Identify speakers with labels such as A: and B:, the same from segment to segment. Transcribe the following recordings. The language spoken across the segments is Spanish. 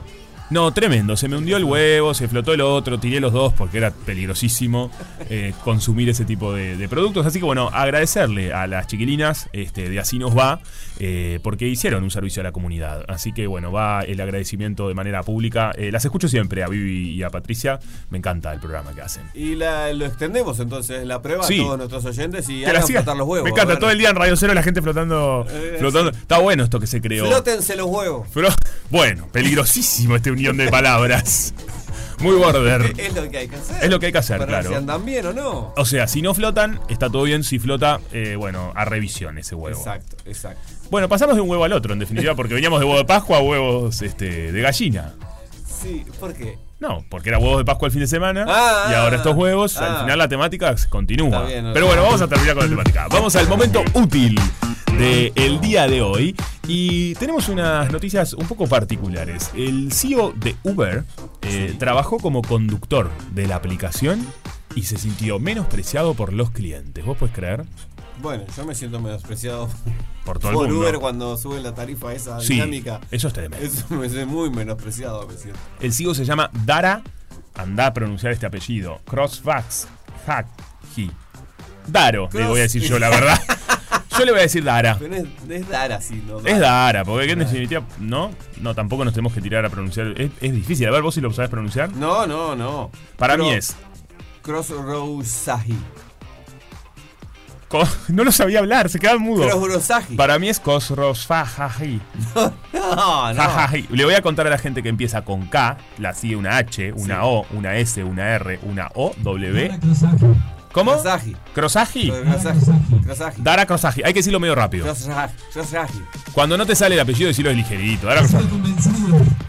A: No, tremendo, se me hundió el huevo, se flotó el otro, tiré los dos porque era peligrosísimo eh, consumir ese tipo de, de productos. Así que bueno, agradecerle a las chiquilinas este, de Así nos va, eh, porque hicieron un servicio a la comunidad. Así que bueno, va el agradecimiento de manera pública. Eh, las escucho siempre a Vivi y a Patricia, me encanta el programa que hacen.
B: Y la, lo extendemos entonces, la prueba
A: Sí.
B: a todos nuestros oyentes y
A: Que la
B: hagan
A: sigan.
B: flotar los huevos.
A: me encanta,
B: a ver.
A: todo el día en Radio Cero la gente flotando.
B: Eh,
A: flotando. Está bueno esto que se creó.
B: Flótense los huevos.
A: Pero, bueno, peligrosísimo este unión de palabras. Muy border.
B: Es lo que hay que hacer.
A: Es lo que hay que hacer,
B: Para ver
A: claro.
B: si andan bien o no.
A: O sea, si no flotan, está todo bien. Si flota, eh, bueno, a revisión ese huevo.
B: Exacto, exacto.
A: Bueno, pasamos de un huevo al otro, en definitiva, porque veníamos de huevo de Pascua a huevos este, de gallina.
B: Sí, ¿por qué?
A: No, porque era huevos de Pascua el fin de semana
B: Ah,
A: y ahora estos huevos,
B: ah.
A: al final la temática se continúa.
B: Está bien,
A: Pero bueno, vamos a terminar con la temática. Vamos al momento útil del día de hoy y tenemos unas noticias un poco particulares. El CEO de Uber eh, trabajó como conductor de la aplicación y se sintió menospreciado por los clientes. ¿Vos podés creer?
B: Bueno, yo me siento menospreciado
A: Por todo
B: por
A: el mundo.
B: Uber cuando sube la tarifa esa
A: Sí,
B: dinámica.
A: eso es tremendo.
B: Eso me hace muy menospreciado, me siento.
A: El CEO se llama Dara. Andá a pronunciar este apellido. Crossfax. Hack. He. Daro, le
B: Cross-
A: voy a decir yo, la verdad. yo le voy a decir Dara.
B: Pero es, es dar así, ¿no?
A: Es Dara, porque en definitiva, no, no, tampoco nos tenemos que tirar a pronunciar. Es, es difícil. A ver, vos si lo sabés pronunciar.
B: No, no, no.
A: Para
B: Pero
A: mí es.
B: Crossroads Sahi.
A: co- No lo sabía hablar, se quedaba mudo.
B: Crossroads Sahi.
A: Para mí es Cosrosfajaji.
B: No, no.
A: Jajaji. Le voy a contar a la gente que empieza con K, la sigue una H, una
B: Sí.
A: O, una S, una R, una O, W. ¿Cómo?
B: Crossagi.
A: Crosaji.
B: Crossagi. Crossagi.
A: Dara Crosaji. Hay que decirlo medio rápido.
B: Crossagi. Crossagi.
A: Cuando no te sale el apellido, decirlo ligerito. Dara Crosaji.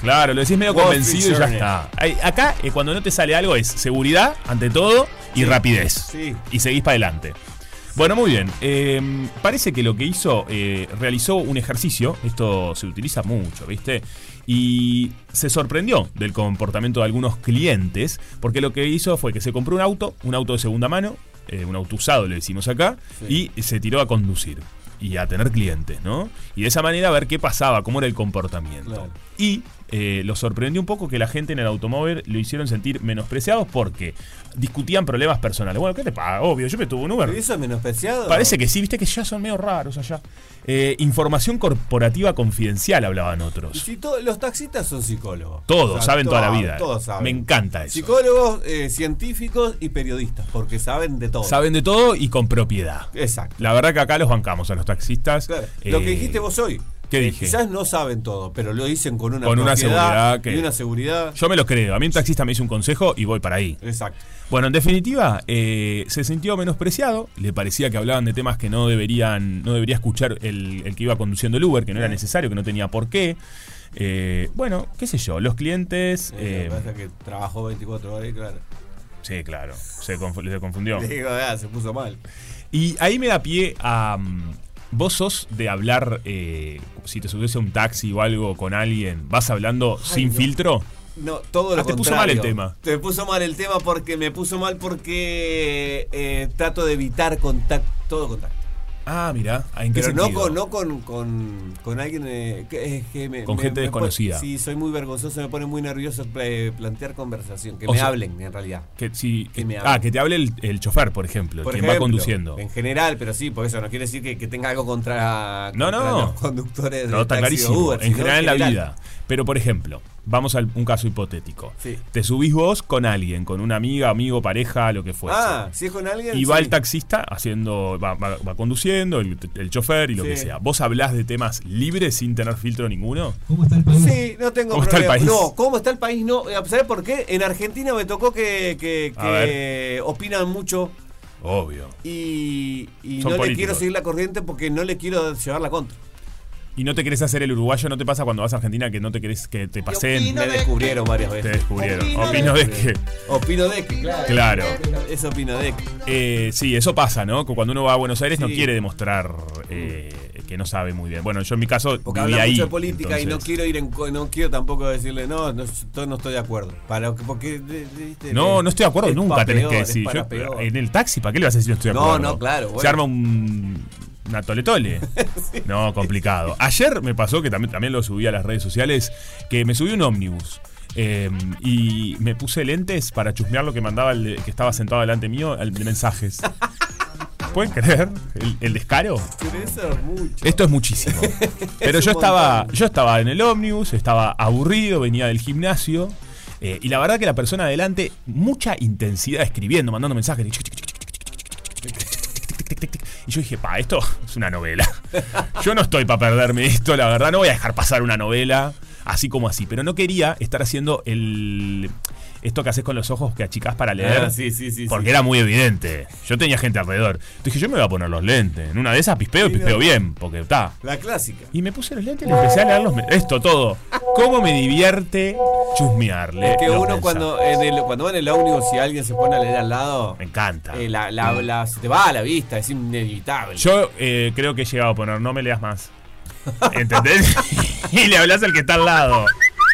A: Claro, lo decís medio
B: Wall
A: convencido y
B: Street
A: ya
B: Journey.
A: está. Ay, Acá, eh, cuando no te sale algo, es seguridad, ante todo, y rapidez.
B: sí.
A: Y seguís para adelante. Bueno, muy bien. Eh, parece que lo que hizo, eh, realizó un ejercicio. Esto se utiliza mucho, ¿viste? Y se sorprendió del comportamiento de algunos clientes, porque lo que hizo fue que se compró un auto, un auto de segunda mano, eh, un auto usado, le decimos acá,
B: Sí.
A: y se tiró a conducir y a tener clientes, ¿no? Y de esa manera a ver qué pasaba, cómo era el comportamiento.
B: Claro.
A: Y eh, lo sorprendió un poco que la gente en el automóvil lo hicieron sentir menospreciados porque discutían problemas personales. Bueno, ¿qué te pasa? Obvio, yo me tuve un Uber.
B: ¿Pero eso es menospreciado?
A: Parece que sí, viste que ya son medio raros allá. Eh, información corporativa confidencial hablaban
B: Y
A: otros.
B: si todo- los taxistas son psicólogos.
A: Todos, saben toda la
B: todos-
A: vida.
B: Todos saben.
A: Me encanta eso.
B: Psicólogos, eh, científicos y periodistas, porque saben de todo.
A: Saben de todo y con propiedad.
B: Exacto.
A: La verdad que acá los bancamos a los taxistas.
B: Claro, Lo que
A: Eh,
B: dijiste vos hoy.
A: ¿qué
B: eh,
A: dije?
B: Quizás no saben todo, pero lo dicen con una
A: Con una
B: propiedad
A: seguridad que-
B: y una seguridad.
A: Yo me lo creo. A mí un taxista me hizo un consejo y voy para ahí.
B: Exacto.
A: Bueno, en definitiva, eh, se sintió menospreciado, le parecía que hablaban de temas que no deberían, no debería escuchar el, el que iba conduciendo el Uber, que no era necesario, que no tenía por qué. Eh, bueno, qué sé yo, los clientes.
B: Eh,
A: eh,
B: lo que pasa es que trabajó 24 horas y claro.
A: sí, claro, se, confu- se confundió.
B: Digo, ah, se puso mal.
A: Y ahí me da pie a. mm, Vos sos de hablar, eh, si te subes a un taxi o algo con alguien, vas hablando sin
B: no.
A: filtro.
B: No, todo lo
A: Ah, te puso
B: contrario.
A: mal el tema.
B: Te puso mal el tema porque me puso mal porque eh, trato de evitar contacto, todo contacto.
A: Ah, mira, ¿en qué
B: Pero no
A: sentido?
B: con, no con, con, con alguien eh, que, es que me-
A: Con
B: me-
A: gente
B: me pone-
A: desconocida.
B: sí, soy muy vergonzoso, me pone muy nervioso pla- plantear conversación, que
A: O
B: me
A: sea,
B: hablen en realidad.
A: Que, si-
B: Que me
A: ah,
B: hable.
A: que te hable el, el chofer, por ejemplo,
B: Por
A: quien va
B: ejemplo,
A: conduciendo.
B: En general, pero sí, por eso no quiere decir que, que tenga algo contra,
A: No,
B: contra
A: no.
B: los conductores
A: No,
B: de
A: está
B: taxi o
A: clarísimo.
B: Uber,
A: en
B: sino
A: general en la vida. Pero, por ejemplo, vamos a un caso hipotético.
B: Sí.
A: Te subís vos con alguien, con una amiga, amigo, pareja, lo que fuese.
B: Ah, si es con alguien.
A: y va
B: sí.
A: el taxista haciendo, va, va- va conduciendo, el, el chofer y lo
B: Sí.
A: que sea. ¿Vos hablás de temas libres sin tener filtro ninguno?
B: Sí, no tengo
A: ¿Cómo está el
B: problema.
A: país?
B: No, ¿cómo está el país? No, ¿sabes por qué? En Argentina me tocó que, que-
A: A
B: que
A: ver.
B: opinan mucho
A: Obvio.
B: y, y no
A: Son
B: le
A: políticos.
B: quiero seguir la corriente porque no le quiero llevar la contra.
A: Y no te querés hacer el uruguayo, no te pasa cuando vas a Argentina que no te querés que te pasen.
B: Me descubrieron varias
A: Te
B: veces.
A: descubrieron. Opino de que.
B: Opino de que, claro.
A: Claro.
B: Es opino de que.
A: Eh, sí, eso pasa, ¿no? Cuando uno va a Buenos Aires no
B: Sí.
A: quiere demostrar eh, que no sabe muy bien. Bueno, yo en mi caso
B: Porque
A: viví
B: habla
A: ahí.
B: mucho de política y no
A: entonces-
B: quiero ir en, co- no quiero tampoco decirle no, no, yo no estoy de acuerdo. Para, porque, de- de- de-
A: No, no estoy de acuerdo,
B: es
A: nunca
B: pa'
A: tenés
B: peor,
A: que
B: es
A: decir.
B: para
A: Yo- eh,
B: peor.
A: en el taxi, ¿para qué le vas a decir no estoy de
B: No,
A: acuerdo?
B: no, claro,
A: Se
B: bueno.
A: arma un. Una toletole. No, complicado. Ayer me pasó que también, también lo subí a las redes sociales, que me subí un ómnibus. eh, y me puse lentes para chusmear lo que mandaba el de- que estaba sentado delante mío el de mensajes. ¿Pueden creer? El- el descaro.
B: Pero eso es mucho.
A: Esto es muchísimo. Pero
B: Es
A: yo
B: un
A: estaba,
B: montón.
A: yo estaba en el ómnibus, estaba aburrido, venía del gimnasio. eh, y la verdad que la persona adelante, mucha intensidad escribiendo, mandando mensajes. tic, tic, tic, tic, tic, tic, tic. Y yo dije, pa, esto es una novela. Yo no estoy para perderme esto, la verdad. No voy a dejar pasar una novela. así como así. Pero no quería estar haciendo el esto que haces con los ojos que achicás para leer.
B: Ah, sí, sí, sí,
A: Porque
B: sí.
A: era muy evidente. Yo tenía gente alrededor. Entonces dije, yo me voy a poner los lentes. En una de esas pispeo y
B: Sí,
A: pispeo
B: no.
A: bien, porque está.
B: La clásica.
A: Y me puse los lentes y le empecé a leer los me- esto todo. ¿Cómo me divierte chusmearle?
B: Es que
A: los
B: uno
A: mensajes?
B: cuando, en el, cuando va en el ómnibus y alguien se pone a leer al lado,
A: me encanta.
B: eh, la, la, la- se te va a la vista, es inevitable.
A: Yo eh, creo que he llegado a poner, no me leas más. ¿Entendés? y le hablas al que está al lado.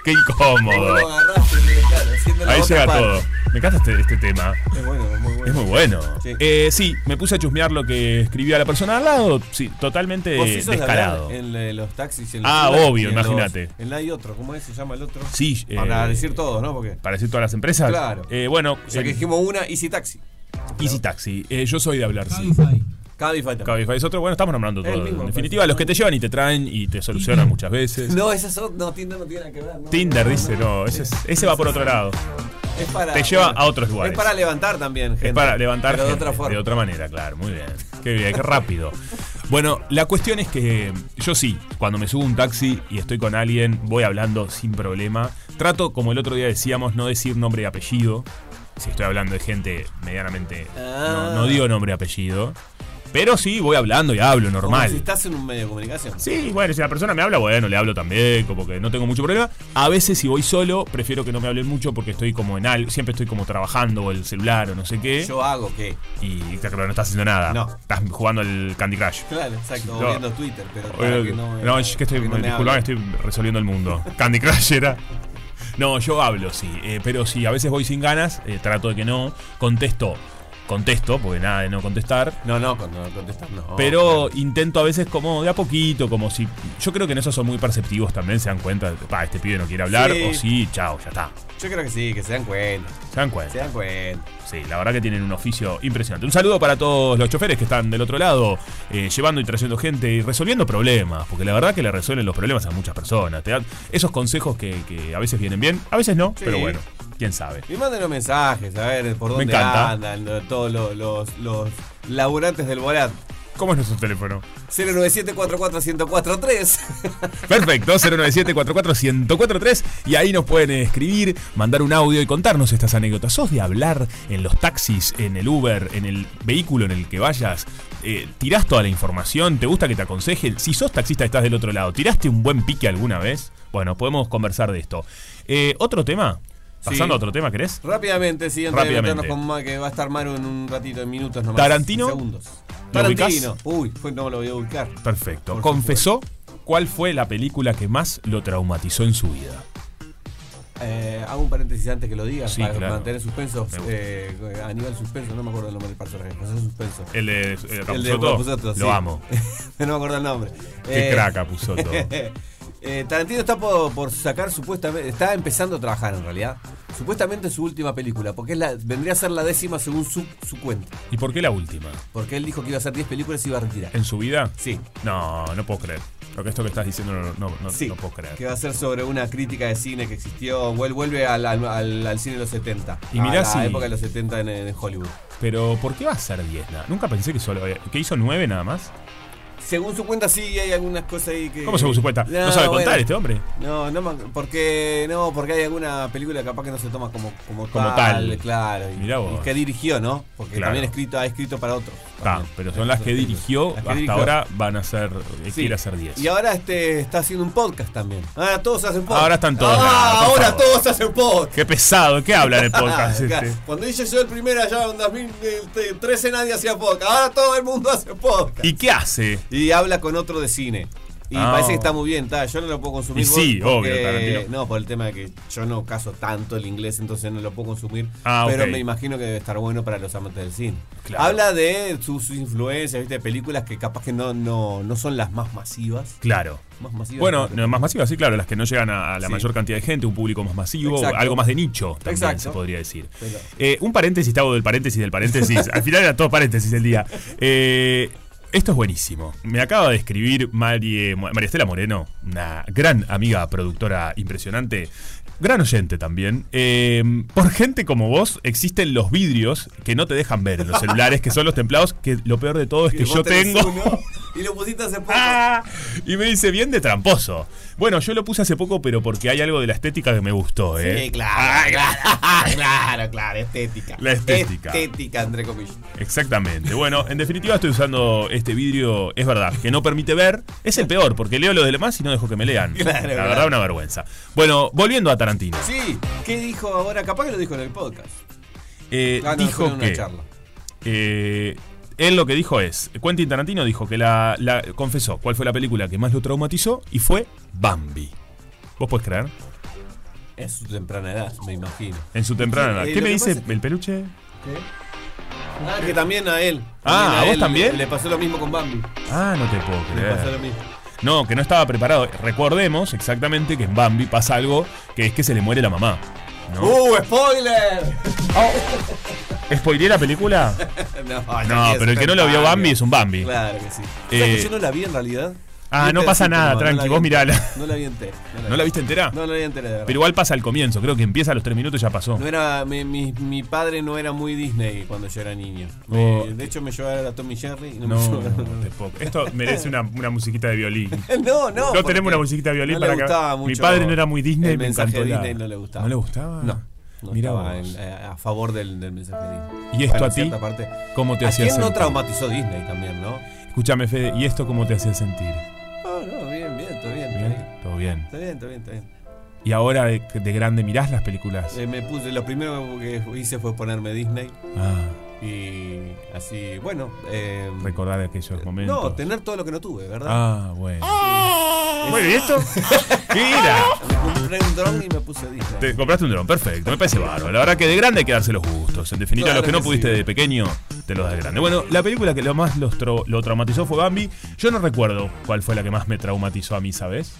A: Qué incómodo.
B: Lo agarraste, claro, haciendo la
A: eh, Ahí
B: otra
A: llega
B: parte.
A: todo. Me encanta este, este tema.
B: Es bueno, es muy bueno.
A: Es muy bueno.
B: Sí.
A: Eh, sí, me puse a chusmear lo que escribía la persona al lado. Sí, totalmente
B: Vos sí sos de
A: descarado.
B: hablar En eh, los taxis. y En
A: Ah,
B: los Uber,
A: obvio,
B: y en los-
A: imagínate.
B: En la hay otro, ¿cómo es? Se llama el otro.
A: Sí, eh,
B: Para decir todo, ¿no? Porque.
A: Para decir todas las empresas.
B: Claro.
A: Eh, bueno,
B: O sea,
A: eh,
B: que dijimos una, Easy Taxi.
A: Easy Taxi. Eh, yo soy de hablar, sí.
B: Cabify también.
A: Cabify es otro. Bueno, estamos nombrando
B: El
A: todo.
B: mismo,
A: En
B: me
A: definitiva,
B: parece.
A: los que te llevan y te traen y te solucionan muchas veces.
B: No, esas son. No, Tinder no tiene nada que ver. no.
A: Tinder dice, no, ese, es- ese va por otro lado.
B: Es para,
A: te lleva a otros lugares.
B: Es para levantar también, gente.
A: Es para levantar
B: Pero de
A: gente,
B: otra forma.
A: manera, claro, muy bien. Qué bien, qué rápido. Bueno, la cuestión es que mm, yo sí, cuando me subo a un taxi y estoy con alguien, voy hablando sin problema. Trato, como el otro día decíamos, no decir nombre y apellido. Si estoy hablando de gente medianamente.
B: Ah.
A: No, no digo nombre y apellido. Pero sí, voy hablando y hablo
B: Como
A: normal.
B: Si estás en un medio de comunicación.
A: Sí, bueno, si la persona me habla, bueno, le hablo también, como que no tengo mucho problema. A veces si voy solo, prefiero que no me hablen mucho porque estoy como en algo, siempre estoy como trabajando o el celular o no sé qué.
B: Yo hago que.
A: Y claro, no estás haciendo nada.
B: No.
A: Estás jugando el Candy Crush.
B: Claro, exacto.
A: No.
B: o viendo Twitter, pero. para
A: Oye,
B: que no, me-
A: no, es que estoy,
B: que no me
A: disculpame,
B: hablen.
A: estoy resolviendo el mundo. Candy Crush era. No, yo hablo, sí. eh, pero si a veces voy sin ganas, eh, trato de que no. Contesto. Contesto, porque nada de no contestar.
B: No, no, cuando no contestas, no.
A: Pero intento a veces como de a poquito, como si. Yo creo que en eso son muy perceptivos también, se dan cuenta de que "Pa, este pibe no quiere hablar,
B: Sí.
A: o sí, chao, ya está.
B: Yo creo que sí, que se dan cuenta.
A: Se dan cuenta.
B: Se dan cuenta.
A: Sí, la verdad que tienen un oficio impresionante. Un saludo para todos los choferes que están del otro lado, eh, llevando y trayendo gente y resolviendo problemas, porque la verdad que le resuelven los problemas a muchas personas. Te dan esos consejos que, que a veces vienen bien, a veces no,
B: Sí.
A: pero bueno, quién sabe.
B: Y mándenos mensajes, a ver por dónde
A: encanta.
B: andan, lo- todos los, los, los laburantes del volante.
A: ¿Cómo es nuestro teléfono?
B: 097
A: Perfecto, 097-44143. Y ahí nos pueden escribir, mandar un audio y contarnos estas anécdotas. ¿Sos de hablar en los taxis, en el Uber, en el vehículo en el que vayas? Eh, ¿Tirás toda la información? ¿Te gusta que te aconsejen? Si sos taxista, y estás del otro lado. ¿Tiraste un buen pique alguna vez? Bueno, podemos conversar de esto. Eh, ¿Otro tema? Pasando a otro tema, ¿querés?
B: Rápidamente, sí, antes
A: Rápidamente.
B: de meternos con Ma, que va a estar Maru en un ratito, en minutos nomás.
A: ¿Tarantino?
B: en segundos.
A: ¿Lo ubicás?
B: Tarantino. Uy, fue- no lo voy a ubicar.
A: Perfecto.
B: Por
A: Confesó cuál fue la película que más lo traumatizó en su vida.
B: Eh, hago un paréntesis antes que lo diga
A: Sí,
B: para
A: claro.
B: mantener suspenso.
A: Me gusta.
B: Eh, Aníbal Suspenso, no me acuerdo el nombre del personaje. José Suspenso.
A: El de, eh,
B: El de
A: Capusotto,
B: Capusotto, sí.
A: Lo amo.
B: no me acuerdo el nombre.
A: Qué
B: Eh,
A: crack, Capusotto.
B: Eh, Tarantino está por, por sacar supuestamente, está empezando a trabajar en realidad. Supuestamente su última película, porque es la, vendría a ser la décima según su, su cuenta.
A: ¿Y por qué la última?
B: Porque él dijo que iba a hacer 10 películas y iba a retirar.
A: ¿En su vida?
B: Sí.
A: No, no puedo creer. Lo que esto que estás diciendo no, no, no-
B: Sí,
A: no puedo
B: que
A: creer.
B: va a ser sobre una crítica de cine que existió. Vuel- Vuelve al, al- al- al cine de los 70.
A: Y mirá
B: a la
A: si-
B: época de los 70 en, en Hollywood.
A: Pero ¿por qué va a ser 10? nada? Nunca pensé que solo que hizo 9 nada más.
B: Según su cuenta, sí, hay algunas cosas ahí que.
A: ¿Cómo se su cuenta? No, sabe
B: bueno.
A: contar este hombre.
B: No, no, me- porque no, porque hay alguna película capaz que no se toma como, como,
A: Como
B: tal,
A: tal.
B: claro. Y,
A: Mirá vos.
B: y que dirigió, ¿no? Porque
A: Claro.
B: también escrito, ha escrito para otros.
A: Ta,
B: también.
A: pero son las que dirigió,
B: Las que
A: hasta
B: dirigió.
A: ahora van a ser, eh,
B: Sí.
A: quiere hacer 10.
B: Y ahora este está haciendo un podcast también. Ahora todos hacen podcast.
A: Ahora están todos,
B: Ah,
A: por
B: ahora
A: favor.
B: todos hacen podcast.
A: Qué pesado, ¿qué habla en el podcast
B: Ah,
A: este?
B: acá. Cuando hice yo el primero allá en 2013 nadie hacía podcast. Ahora todo el mundo hace podcast.
A: ¿Y qué hace?
B: Y habla con otro de cine. Y
A: Ah.
B: parece que está muy bien, está, yo no lo puedo consumir.
A: Y sí,
B: porque-
A: obvio, Tarantino.
B: No, por el tema de que yo no caso tanto el inglés, entonces no lo puedo consumir.
A: Ah,
B: pero
A: ok.
B: me imagino que debe estar bueno para los amantes del cine.
A: Claro.
B: Habla de sus, sus influencias, ¿viste? de películas que capaz que no, no, no son las más masivas.
A: Claro.
B: Más masivas.
A: Bueno,
B: no.
A: no, más masivas, sí, claro, las que no llegan a, a la
B: Sí.
A: mayor cantidad de gente, un público más masivo,
B: Exacto.
A: algo más de nicho también
B: Exacto.
A: se podría decir.
B: Pero-
A: Eh, un paréntesis, te hago del paréntesis del paréntesis. Al final era todo paréntesis el día. Eh, esto es buenísimo. Me acaba de escribir Marie- María Estela Moreno, una gran amiga productora impresionante. Gran oyente también. Eh, por gente como vos existen los vidrios que no te dejan ver en los celulares, que son los templados, que lo peor de todo es que,
B: vos
A: yo
B: tenés
A: tengo...
B: uno Y lo pusiste hace poco.
A: ¡Ah! Y me dice, bien de tramposo. Bueno, yo lo puse hace poco, pero porque hay algo de la estética que me gustó, ¿eh?
B: Sí, claro, claro, claro, claro, estética.
A: La estética.
B: Estética, entre comillas.
A: Exactamente. Bueno, en definitiva estoy usando este vidrio, es verdad, que no permite ver. Es el peor, porque leo lo demás y no dejo que me lean.
B: Claro,
A: la
B: claro.
A: verdad, una vergüenza. Bueno, volviendo a Tarantino.
B: Sí, ¿qué dijo ahora? Capaz que lo dijo en el podcast.
A: Eh,
B: Ah, no, fue en
A: dijo
B: una
A: que...
B: charla.
A: Eh, él lo que dijo es, Quentin Tarantino dijo que la, la- confesó cuál fue la película que más lo traumatizó y fue Bambi. ¿Vos podés creer?
B: Es su temprana edad, me imagino.
A: En su temprana edad.
B: Eh,
A: ¿Qué
B: lo
A: me
B: que
A: dice
B: pasa es que-
A: el peluche?
B: Ah, que también a él.
A: Ah, ¿a vos
B: él
A: también?
B: Le pasó lo mismo con Bambi.
A: Ah, no te puedo
B: Le pasó lo
A: creer.
B: mismo.
A: No, que no estaba preparado. Recordemos exactamente que en Bambi pasa algo que es que se le muere la mamá. ¿no?
B: ¡Uh, spoiler!
A: ¿Spoileé la película?
B: No,
A: No, pero el que no lo vio Bambi es un Bambi.
B: Claro que sí. O sea,
A: Eh,
B: que yo no la vi en realidad.
A: Ah,
B: Vi
A: no
B: un
A: pasa
B: pedacito
A: nada,
B: nomás,
A: tranqui,
B: la vi
A: vos
B: entera.
A: mirala.
B: No la vi entera. no
A: ¿No la viste entera?
B: No, no la vi entera, de verdad.
A: Pero igual pasa al comienzo, creo que empieza a los tres minutos y ya pasó.
B: No era, mi, mi, mi padre no era muy Disney cuando yo era niño.
A: Oh.
B: Me- de hecho, me llevaba a Tommy Jerry y no,
A: No,
B: me
A: no,
B: llevaba-
A: te puedo- Esto merece una, una musiquita de violín.
B: No, no.
A: No, tenemos una musiquita de violín
B: no
A: para
B: le
A: acá.
B: gustaba
A: Mi
B: mucho
A: padre no era muy Disney,
B: el
A: me
B: mensaje
A: encantó
B: de
A: la-
B: Disney no le gustaba.
A: ¿No le gustaba?
B: No. no
A: Mirá
B: estaba
A: vos.
B: en- eh, a, a favor del, del mensaje de Disney.
A: ¿Y esto
B: Bueno,
A: a ti?
B: cierta parte.
A: ¿Cómo te
B: ¿A
A: hacía
B: quién no
A: sentir?
B: traumatizó Disney también, no?
A: Escúchame, Fede, ¿y esto cómo te hacía sentir?
B: Oh, no, bien, bien, todo bien. todo bien.
A: ¿Bien? Todo bien.
B: Está bien, está bien, está bien.
A: ¿Y ahora de, de grande mirás las películas?
B: Eh, me puse, lo primero que hice fue ponerme Disney
A: Ah,
B: y así, bueno. Eh,
A: recordar aquellos momentos.
B: no, tener todo lo que no tuve, ¿verdad?
A: Ah, bueno. Bueno, ¿y esto? ¿Qué era?
B: Me compré un dron y me puse Disney.
A: Te compraste un dron, perfecto, me parece bárbaro. La verdad que de grande hay que darse los gustos. En definitiva,
B: Claro
A: los que no
B: que
A: pudiste
B: sí.
A: de pequeño, te los das de grande. Bueno, la película que lo más los trau- lo traumatizó fue Bambi. Yo no recuerdo cuál fue la que más me traumatizó a mí, ¿sabes?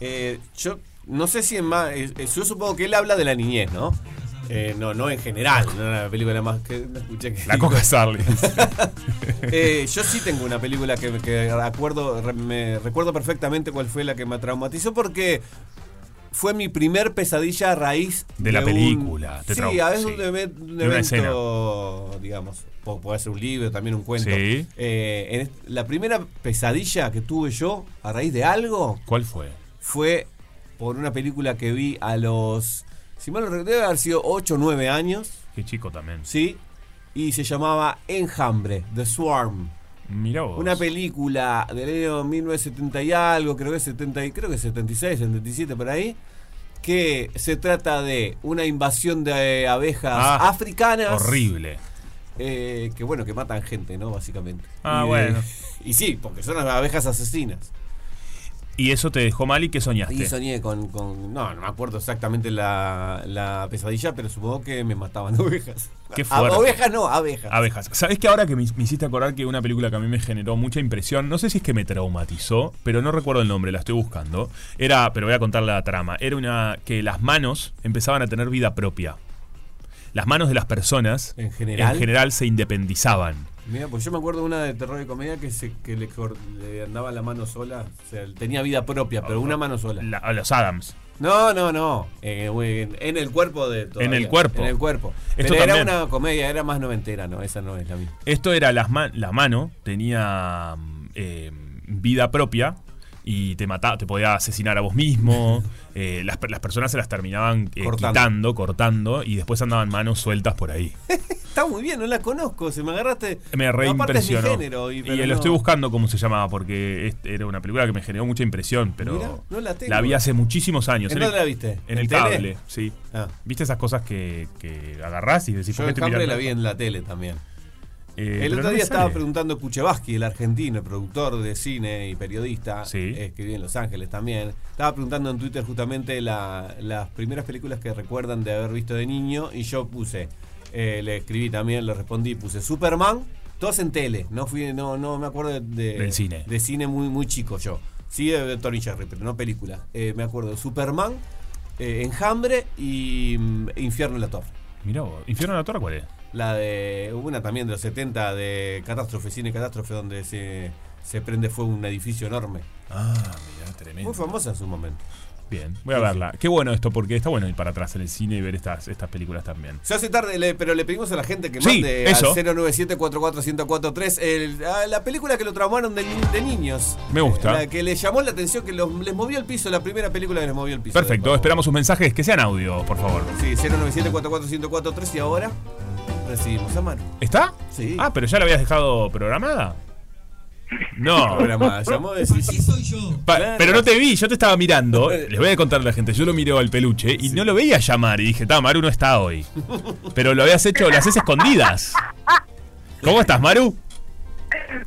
B: Eh, yo no sé si es más. eh, eh, yo supongo que él habla de la niñez, ¿no? Eh, no, no en general. No era la película más que no escuché que.
A: La coca Sarli.
B: Eh, yo sí tengo una película que, que acuerdo, re- me recuerdo perfectamente cuál fue la que me traumatizó porque fue mi primer pesadilla a raíz
A: De la
B: un-
A: película, te
B: sí,
A: trauma,
B: a veces
A: sí.
B: un, event- un
A: De una
B: evento, digamos, o puede ser un libro, también un cuento.
A: Sí.
B: Eh, en est- la primera pesadilla que tuve yo a raíz de algo
A: ¿Cuál fue?
B: fue por una película que vi a los, si mal no recuerdo, debe haber sido 8 o 9 años,
A: Qué chico también.
B: ¿sí? Y se llamaba Enjambre, The Swarm.
A: Mirá vos.
B: Una película del año 1970 y algo, creo que 70, y- creo que 76, 77 por ahí, que se trata de una invasión de abejas
A: Ah,
B: africanas.
A: Horrible.
B: eh, que bueno, que matan gente, ¿no? Básicamente.
A: Ah,
B: de-
A: bueno.
B: Y sí, porque son las abejas asesinas.
A: ¿Y eso te dejó mal y qué soñaste?
B: Y soñé con, con- No, no me acuerdo exactamente la, la pesadilla, pero supongo que me mataban ovejas.
A: Qué
B: A-
A: fuerte.
B: Ovejas no, abejas.
A: Abejas. ¿Sabés que ahora que me, me hiciste acordar que una película que a mí me generó mucha impresión, no sé si es que me traumatizó, pero no recuerdo el nombre, la estoy buscando. Era, pero voy a contar la trama. Era una que las manos empezaban a tener vida propia. Las manos de las personas
B: ¿En general?
A: en general se independizaban.
B: Mira, pues yo me acuerdo de una de terror y comedia que se que le, cor- le andaba la mano sola. O sea, tenía vida propia, pero una mano sola.
A: La- a los Adams.
B: No, no, no. Eh, güey, en, en el cuerpo de todavía.
A: En el cuerpo.
B: En el cuerpo.
A: Esto
B: pero era
A: también.
B: una comedia, era más noventera, no, esa no es la misma.
A: Esto era las ma- la mano, tenía mm, eh, vida propia y te mataba, te podía asesinar a vos mismo. eh, las, per- las personas se las terminaban eh,
B: Cortando.
A: quitando, cortando y después andaban manos sueltas por ahí.
B: Está muy bien, no la conozco. Si me agarraste.
A: Me
B: Aparte es mi
A: reimpresionó.
B: género, y,
A: y
B: pero
A: lo
B: no.
A: estoy buscando cómo se llamaba porque este era una película que me generó mucha impresión, pero
B: Mirá, no la tengo.
A: vi hace muchísimos años.
B: ¿En
A: el-
B: dónde la viste?
A: En
B: ¿En
A: el
B: tele?
A: cable, sí.
B: Ah.
A: ¿Viste esas cosas que, que agarrás y decís
B: Yo
A: ¿por qué
B: en
A: estoy
B: Hambre
A: mirando
B: la
A: esto?
B: vi en la tele también.
A: Eh,
B: El
A: pero
B: otro
A: no me
B: día estaba
A: sale.
B: preguntando Kuchevaski, el argentino, productor de cine y periodista,
A: Sí.
B: eh, que vive en Los Ángeles también. Estaba preguntando en Twitter justamente la- las primeras películas que recuerdan de haber visto de niño y yo puse, eh, le escribí también, le respondí, puse Superman, todos en tele. No fui, no, no me acuerdo de, de-
A: Del cine.
B: De cine muy, muy chico yo. Sí, de de Tony Jerry, pero no películas. Eh, me acuerdo de Superman, eh, Enjambre y mm, Infierno en la Torre.
A: Mirá vos, ¿Infierno en la Torre cuál es?
B: La de. Hubo una también de los 70 de Catástrofe, Cine Catástrofe, donde se, se prende fuego un edificio enorme.
A: Ah, mirá, tremendo.
B: Muy famosa en su momento.
A: Bien, voy a verla. Qué bueno esto, porque está bueno ir para atrás en el cine y ver estas, estas películas también.
B: Se hace tarde, le- pero le pedimos a la gente que
A: Sí,
B: mande al
A: eso.
B: 097 44143 el- a la película que lo traumaron de, ni- de niños.
A: Me gusta.
B: Eh, La que le llamó la atención, que los- les movió el piso, la primera película que les movió el piso.
A: Perfecto, esperamos sus mensajes, que sean audio, por favor.
B: Sí, 097 44143 y ahora recibimos a Manu.
A: ¿Está?
B: Sí.
A: Ah, pero ya la habías dejado programada. No.
B: Programada, llamó de sí.
A: Pa-
B: Claro.
A: Pero no te vi, yo te estaba mirando. Les voy a contar a la gente, yo lo miré al peluche y no lo veía llamar y dije, ta, Maru no está hoy. Pero lo habías hecho, lo haces escondidas. ¿Cómo estás, Maru?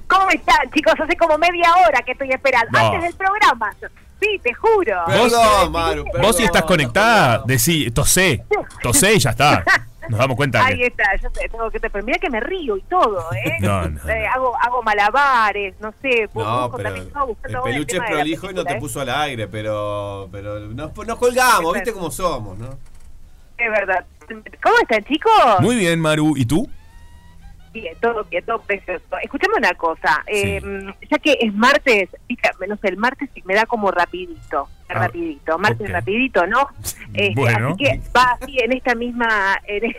C: ¿Cómo están, chicos? Hace como media hora que estoy esperando.
A: No.
C: Antes del programa. Sí, te juro.
B: Perdón, Maru. perdón.
A: Vos si estás conectada, decí, tosé, tosé y ya está. Nos damos cuenta
C: Ahí
A: que...
C: está, yo te- tengo que te pero mirá que me río y todo, ¿eh?
A: No, no,
C: Eh,
A: no.
C: hago, hago malabares, no sé.
B: No,
C: busco
B: pero
C: también, estaba
B: el
C: buscando
B: peluche es
C: tema de la
B: prolijo y no
C: película,
B: te
C: ¿eh?
B: puso al aire, pero, pero nos, nos colgamos, viste cómo somos, ¿no?
C: Es verdad. ¿Cómo están, chicos?
A: Muy bien, Maru. ¿Y tú?
C: Bien, todo bien, todo precioso. Escuchame una cosa. eh,
A: Sí.
C: mm, ya que es martes, fíjate, no sé, el martes sí me da como rapidito.
A: Ah,
C: rapidito, martes
A: ok.
C: rapidito, ¿no? Este,
A: Bueno.
C: Así que va así en esta misma en,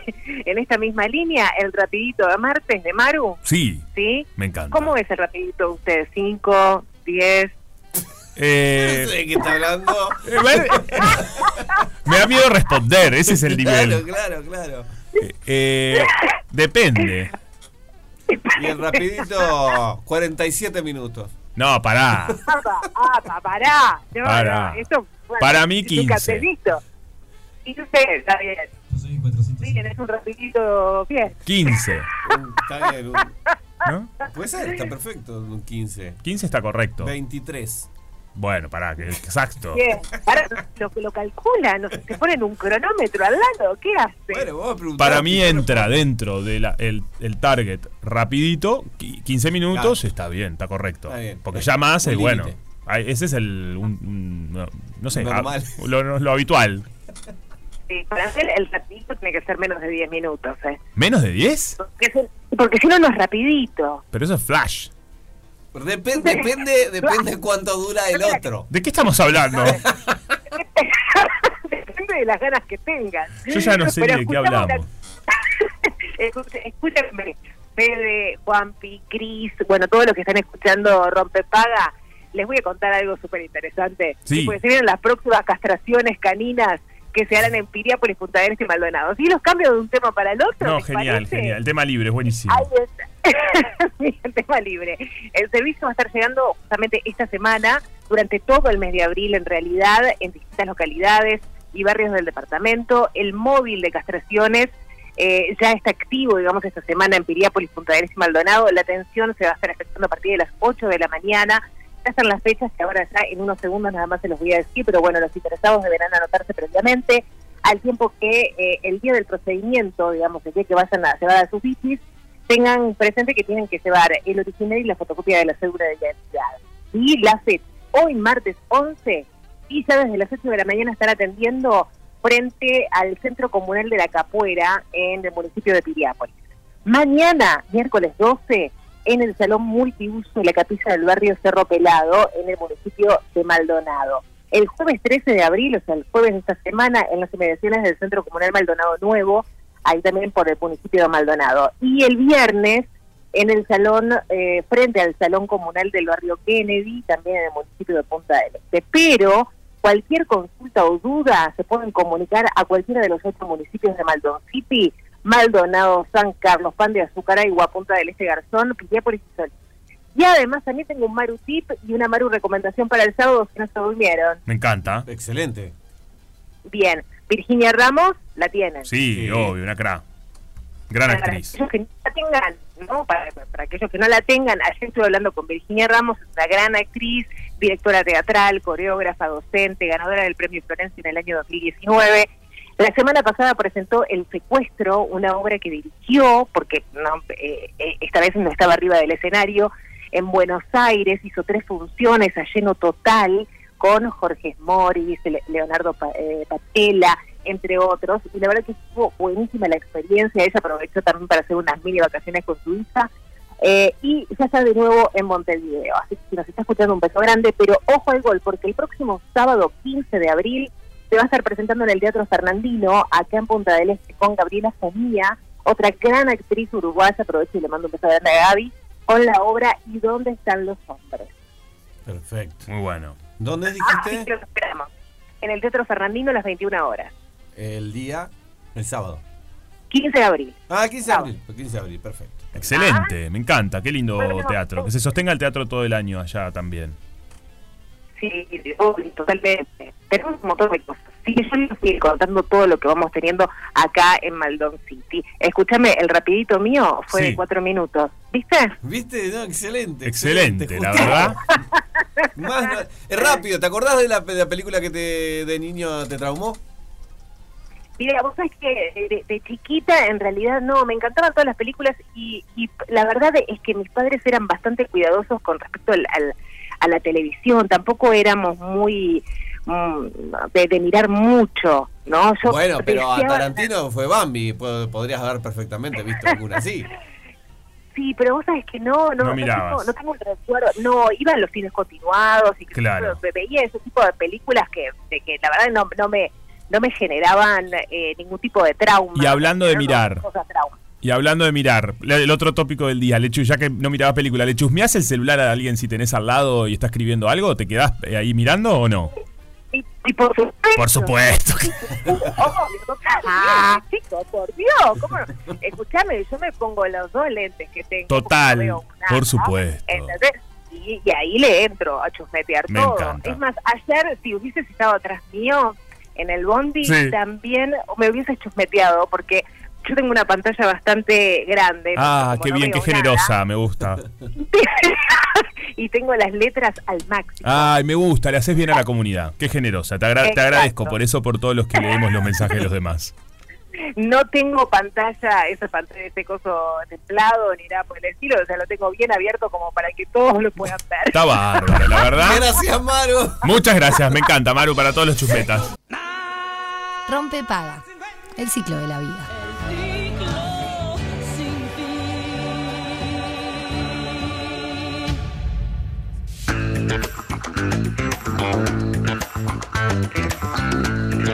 C: en esta misma línea el rapidito de martes de Maru,
A: Sí,
C: ¿sí?
A: me encanta.
C: ¿Cómo es el rapidito de ustedes? ¿Cinco? ¿Diez?
A: Eh,
B: No sé de qué está hablando.
A: eh, bueno, eh, me da miedo responder, ese es el
B: Claro,
A: nivel.
B: claro, claro.
A: Eh, depende.
B: Y el rapidito, 47 minutos.
A: No, pará.
C: Ah, pa- ah, pa- pará. No,
A: Pará.
C: no, esto, bueno,
A: Para mí,
C: es un
A: 15.
C: cafecito. 15, está bien. Miren, es un rapidito bien.
A: 15.
B: Un- Está bien, un-
A: ¿No?
B: puede ser, está perfecto, un 15.
A: 15 está correcto.
B: 23.
A: Bueno, pará, que exacto.
C: Bien. Ahora lo, lo calculan, no sé, se ponen un cronómetro al lado, ¿qué hace?
B: Bueno, vamos a preguntar.
A: Para mí entra dentro del target rapidito, qui- 15 minutos,
B: Claro.
A: está bien, está correcto.
B: Está bien.
A: Porque
B: Está
A: ya más
B: bien.
A: es
B: Un
A: bueno.
B: límite.
A: Ay, Ese es el, un- un- no, no sé,
B: Normal.
A: ah, lo, lo habitual.
C: Sí, para mí el, el rapidito tiene que ser menos de 10 minutos, ¿eh?
A: ¿Menos de 10?
C: Porque, es el- porque si no, no es rapidito.
A: Pero eso es flash.
B: Depen- depende, depende cuánto dura el otro.
A: ¿De qué estamos hablando?
C: Depende de las ganas que tengan.
A: Yo ya no sé
C: Pero
A: ni de qué
C: escuchamos
A: hablamos.
C: la- Escuche- Escúchenme, Fede, Juanpi, Cris, bueno, todos los que están escuchando Rompepaga, les voy a contar algo súper interesante.
A: Sí.
C: Porque se vienen las próximas castraciones caninas que se harán en Piriápolis, Punta Arenas y Maldonado. ¿Sí los cambio de un tema para el otro?
A: No,
C: ¿les
A: genial,
C: parece?
A: genial. El tema libre es buenísimo.
C: Ahí está. Sí, el tema libre. El servicio va a estar llegando justamente esta semana, durante todo el mes de abril, en realidad, en distintas localidades y barrios del departamento. El móvil de castraciones eh, ya está activo, digamos, esta semana en Piriápolis, Punta Arenas y Maldonado. La atención se va a estar efectuando a partir de las 8 de la mañana. Ya están las fechas que ahora ya en unos segundos nada más se los voy a decir, pero bueno, los interesados deberán anotarse previamente al tiempo que eh, el día del procedimiento, digamos, el día que vayan a llevar a sus bicis, tengan presente que tienen que llevar el original y la fotocopia de la cédula de identidad. Y la FED, hoy martes 11, y ya desde las 8 de la mañana están atendiendo frente al Centro Comunal de la Capuera en el municipio de Piriápolis. Mañana, miércoles 12, en el Salón Multiuso de la Capilla del Barrio Cerro Pelado, en el municipio de Maldonado. El jueves 13 de abril, o sea, el jueves de esta semana, en las inmediaciones del Centro Comunal Maldonado Nuevo, ahí también por el municipio de Maldonado. Y el viernes, en el salón, eh, frente al Salón Comunal del Barrio Kennedy, también en el municipio de Punta del Este. Pero cualquier consulta o duda se pueden comunicar a cualquiera de los ocho municipios de Maldon City, Maldonado, San Carlos, Pan de Azúcar, Aigua, Punta del Este, Garzón, Piriápolis y Sol. Y además también tengo un Maru tip y una Maru recomendación para el sábado si no se durmieron.
A: Me encanta.
B: Excelente.
C: Bien, Virginia Ramos la tienen.
A: Sí,
B: Sí.
A: obvio, una cra. Gran
C: para
A: actriz.
C: aquellos que no la tengan, ¿no? Para, para aquellos que no la tengan, ayer estuve hablando con Virginia Ramos, es una gran actriz, directora teatral, coreógrafa, docente, ganadora del Premio Florencia en el año 2019. La semana pasada presentó El Secuestro, una obra que dirigió, porque no, eh, eh, esta vez no estaba arriba del escenario, en Buenos Aires, hizo tres funciones a lleno total con Jorge Moris, Le- Leonardo Pa- eh, Patela, entre otros. Y la verdad que estuvo buenísima la experiencia. Ella aprovechó también para hacer unas mini vacaciones con su hija. eh, y ya está de nuevo en Montevideo. Así que si nos está escuchando un beso grande, pero ojo al gol, porque el próximo sábado 15 de abril se va a estar presentando en el Teatro Fernandino, acá en Punta del Este, con Gabriela Somía, otra gran actriz uruguaya, aprovecho y le mando un beso grande a Gaby, con la obra ¿Y dónde están los hombres?
B: Perfecto.
A: Muy bueno.
C: Ah,
B: ¿Dónde
C: Así que
B: dijiste?
C: los esperamos. En el Teatro Fernandino a las 21 horas,
B: El día, el sábado.
C: 15 de abril.
B: Ah, 15 de abril. 15 de abril, perfecto.
A: Excelente, me encanta, qué lindo
C: Bueno,
A: teatro. Que se sostenga el teatro todo el año allá también.
C: Sí, oh, totalmente. Tenemos un montón de cosas. Sí, yo les voy a ir contando todo lo que vamos teniendo acá en Maldon City. Escúchame, el rapidito mío fue
A: Sí.
C: de cuatro minutos. ¿Viste?
B: ¿Viste? No, excelente.
A: Excelente, la
B: justo.
A: verdad.
B: Más no- es rápido, ¿te acordás de la, de la película que te, de niño te traumó?
C: Mira, vos sabés que de, de- de chiquita, en realidad, no, me encantaban todas las películas y, y la verdad es que mis padres eran bastante cuidadosos con respecto al, al- a la televisión. Tampoco éramos muy mm, de, de mirar mucho, ¿no? Yo
B: bueno, pero a
C: deseaba-
B: Tarantino fue Bambi, po- podrías haber perfectamente visto alguna así.
C: Sí, pero vos sabés que no,
A: No
C: no, no,
A: mirabas.
C: tengo, no tengo el recuerdo. No, iba a los cines continuados y que
A: Claro.
C: yo veía ese tipo de películas que, de que la verdad no, no me no me generaban eh, ningún tipo de trauma.
A: Y hablando de
C: Me generaron
A: mirar.
C: cosas trauma.
A: Y hablando de mirar, la- el otro tópico del día, Lechu, ya que no mirabas película, ¿le chusmeás el celular a alguien si tenés al lado y está escribiendo algo? ¿Te quedás eh, ahí mirando o no?
C: Y, y por supuesto.
A: Por supuesto.
C: obvio, total, Chicos, por Dios, ¿cómo no? Escuchame, yo me pongo los dos lentes que tengo.
A: Total,
C: no veo nada,
A: por supuesto.
C: ¿entendés? Y, y ahí le entro a chusmetear
A: Me
C: todo.
A: encanta.
C: Es más, ayer, si hubieses estado atrás mío en el bondi,
A: Sí.
C: también me hubieses chusmeteado, porque yo tengo una pantalla bastante grande.
A: Ah,
C: entonces, como
A: qué
C: no
A: bien, qué
C: veo
A: generosa, me gusta.
C: nada, y tengo las letras al máximo.
A: Ay, me gusta, le haces bien a la comunidad. Qué generosa, te, agra- te
C: Exacto.
A: agradezco por eso, por todos los que leemos los mensajes de los demás.
C: No tengo pantalla, esa pantalla, ese coso templado ni nada por el estilo, o sea, lo tengo bien abierto como para que todos lo puedan ver.
A: Está bárbaro, la verdad.
B: Gracias, Maru.
A: Muchas gracias, me encanta, Maru, para todos los chusmetas.
D: Rompe paga. El ciclo de la vida.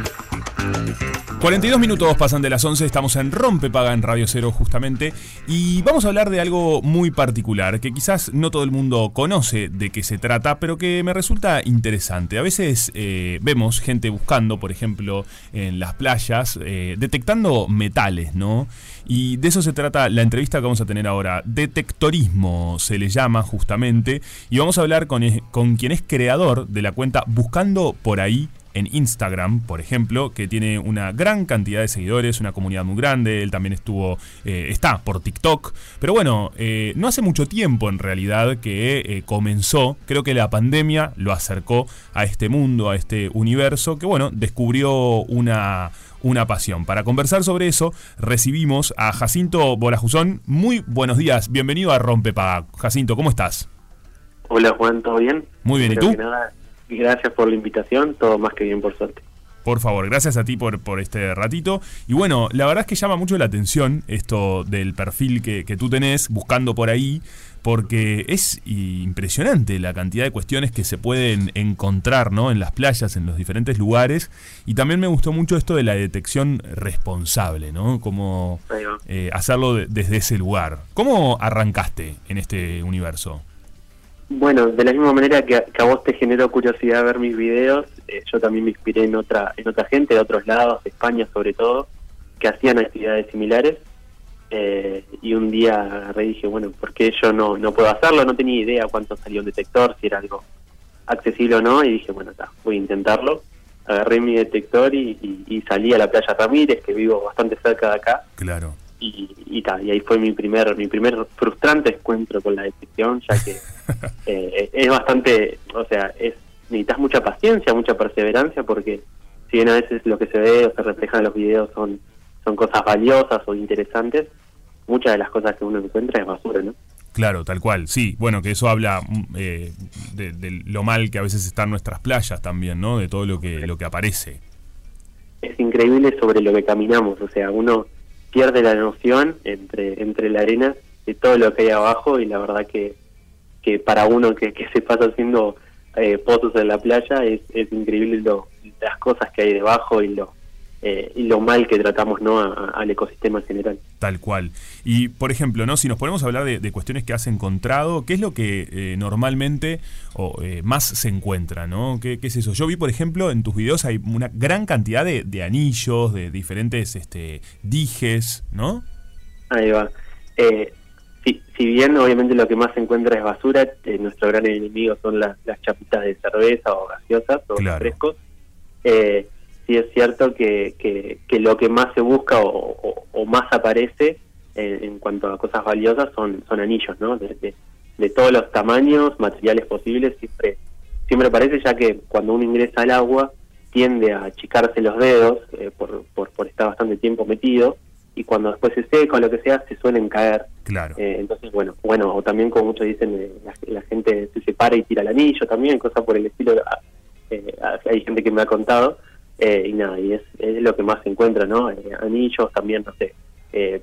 A: Bien. 42 minutos pasan de las 11, estamos en Rompepaga en Radio Cero justamente y vamos a hablar de algo muy particular que quizás no todo el mundo conoce de qué se trata, pero que me resulta interesante. A veces eh, vemos gente buscando, por ejemplo, en las playas, eh, detectando metales, ¿no? Y de eso se trata la entrevista que vamos a tener ahora. Detectorismo se le llama justamente y vamos a hablar con, con quien es creador de la cuenta Buscando por ahí en Instagram, por ejemplo, que tiene una gran cantidad de seguidores, una comunidad muy grande. Él también estuvo, eh, está por TikTok. Pero bueno, eh, no hace mucho tiempo en realidad que eh, comenzó. Creo que la pandemia lo acercó a este mundo, a este universo, que bueno, descubrió una, una pasión. Para conversar sobre eso, recibimos a Jacinto Bolajuzón. Muy buenos días, bienvenido a Rompepaga. Jacinto, ¿cómo estás?
E: Hola Juan, ¿todo bien?
A: Muy bien, ¿y
E: Primero
A: tú?
E: que nada, gracias por la invitación, todo más que bien por suerte.
A: Por favor, gracias a ti por, por este ratito. Y bueno, la verdad es que llama mucho la atención esto del perfil que, que tú tenés buscando por ahí, porque es impresionante la cantidad de cuestiones que se pueden encontrar ¿no? en las playas, en los diferentes lugares. Y también me gustó mucho esto de la detección responsable, ¿no? Como
E: Ahí va.
A: eh, hacerlo de- desde ese lugar. ¿Cómo arrancaste en este universo?
E: Bueno, de la misma manera que a, que a vos te generó curiosidad ver mis videos, eh, yo también me inspiré en otra, en otra gente de otros lados, de España sobre todo, que hacían actividades similares. Eh, y un día agarré y dije, bueno, ¿por qué yo no, no puedo hacerlo? No tenía idea cuánto salía un detector, si era algo accesible o no. Y dije, bueno, está, voy a intentarlo. Agarré mi detector y, y- y salí a la playa Ramírez, que vivo bastante cerca de acá.
A: Claro.
E: y, y, ta, y ahí fue mi primer mi primer frustrante encuentro con la detección ya que eh, es bastante o sea es necesitas mucha paciencia mucha perseverancia porque si bien a veces lo que se ve o se refleja en los videos son son cosas valiosas o interesantes muchas de las cosas que uno encuentra es basura no
A: Claro, tal cual, sí. Bueno, que eso habla mm, eh, de, de lo mal que a veces están nuestras playas también, ¿no? De todo lo que, lo que aparece.
E: es increíble sobre lo que caminamos, o sea, uno pierde la noción entre, entre la arena de todo lo que hay abajo y la verdad que, que para uno que, que se pasa haciendo eh, pozos en la playa es, es increíble lo, las cosas que hay debajo y lo, eh, y lo mal que tratamos no A- a- al ecosistema en general.
A: Tal cual. Y, por ejemplo, ¿no? si nos ponemos a hablar de, de cuestiones que has encontrado, ¿qué es lo que eh, normalmente o, eh, más se encuentra? ¿no? ¿Qué, qué es eso? Yo vi, por ejemplo, en tus videos hay una gran cantidad de, de anillos, de diferentes este, dijes, ¿no?
E: Ahí va. Eh, si, si bien obviamente lo que más se encuentra es basura, eh, nuestro gran enemigo son las, las chapitas de cerveza o gaseosas o
A: Claro.
E: frescos. Eh, sí es cierto que, que, que lo que más se busca o, o- o más aparece en, en cuanto a cosas valiosas son, son anillos, ¿no? De, de- de todos los tamaños, materiales posibles, siempre, siempre aparece ya que cuando uno ingresa al agua tiende a achicarse los dedos eh, por, por, por estar bastante tiempo metido y cuando después se seca o lo que sea se suelen caer.
A: Claro.
E: Eh, entonces, bueno, bueno, o también como muchos dicen, eh, la, la gente se separa y tira el anillo también, cosas por el estilo. Ah, eh, ah, hay gente que me ha contado eh, y nada, y es, es lo que más se encuentra, ¿no? Eh, anillos también, no sé, eh,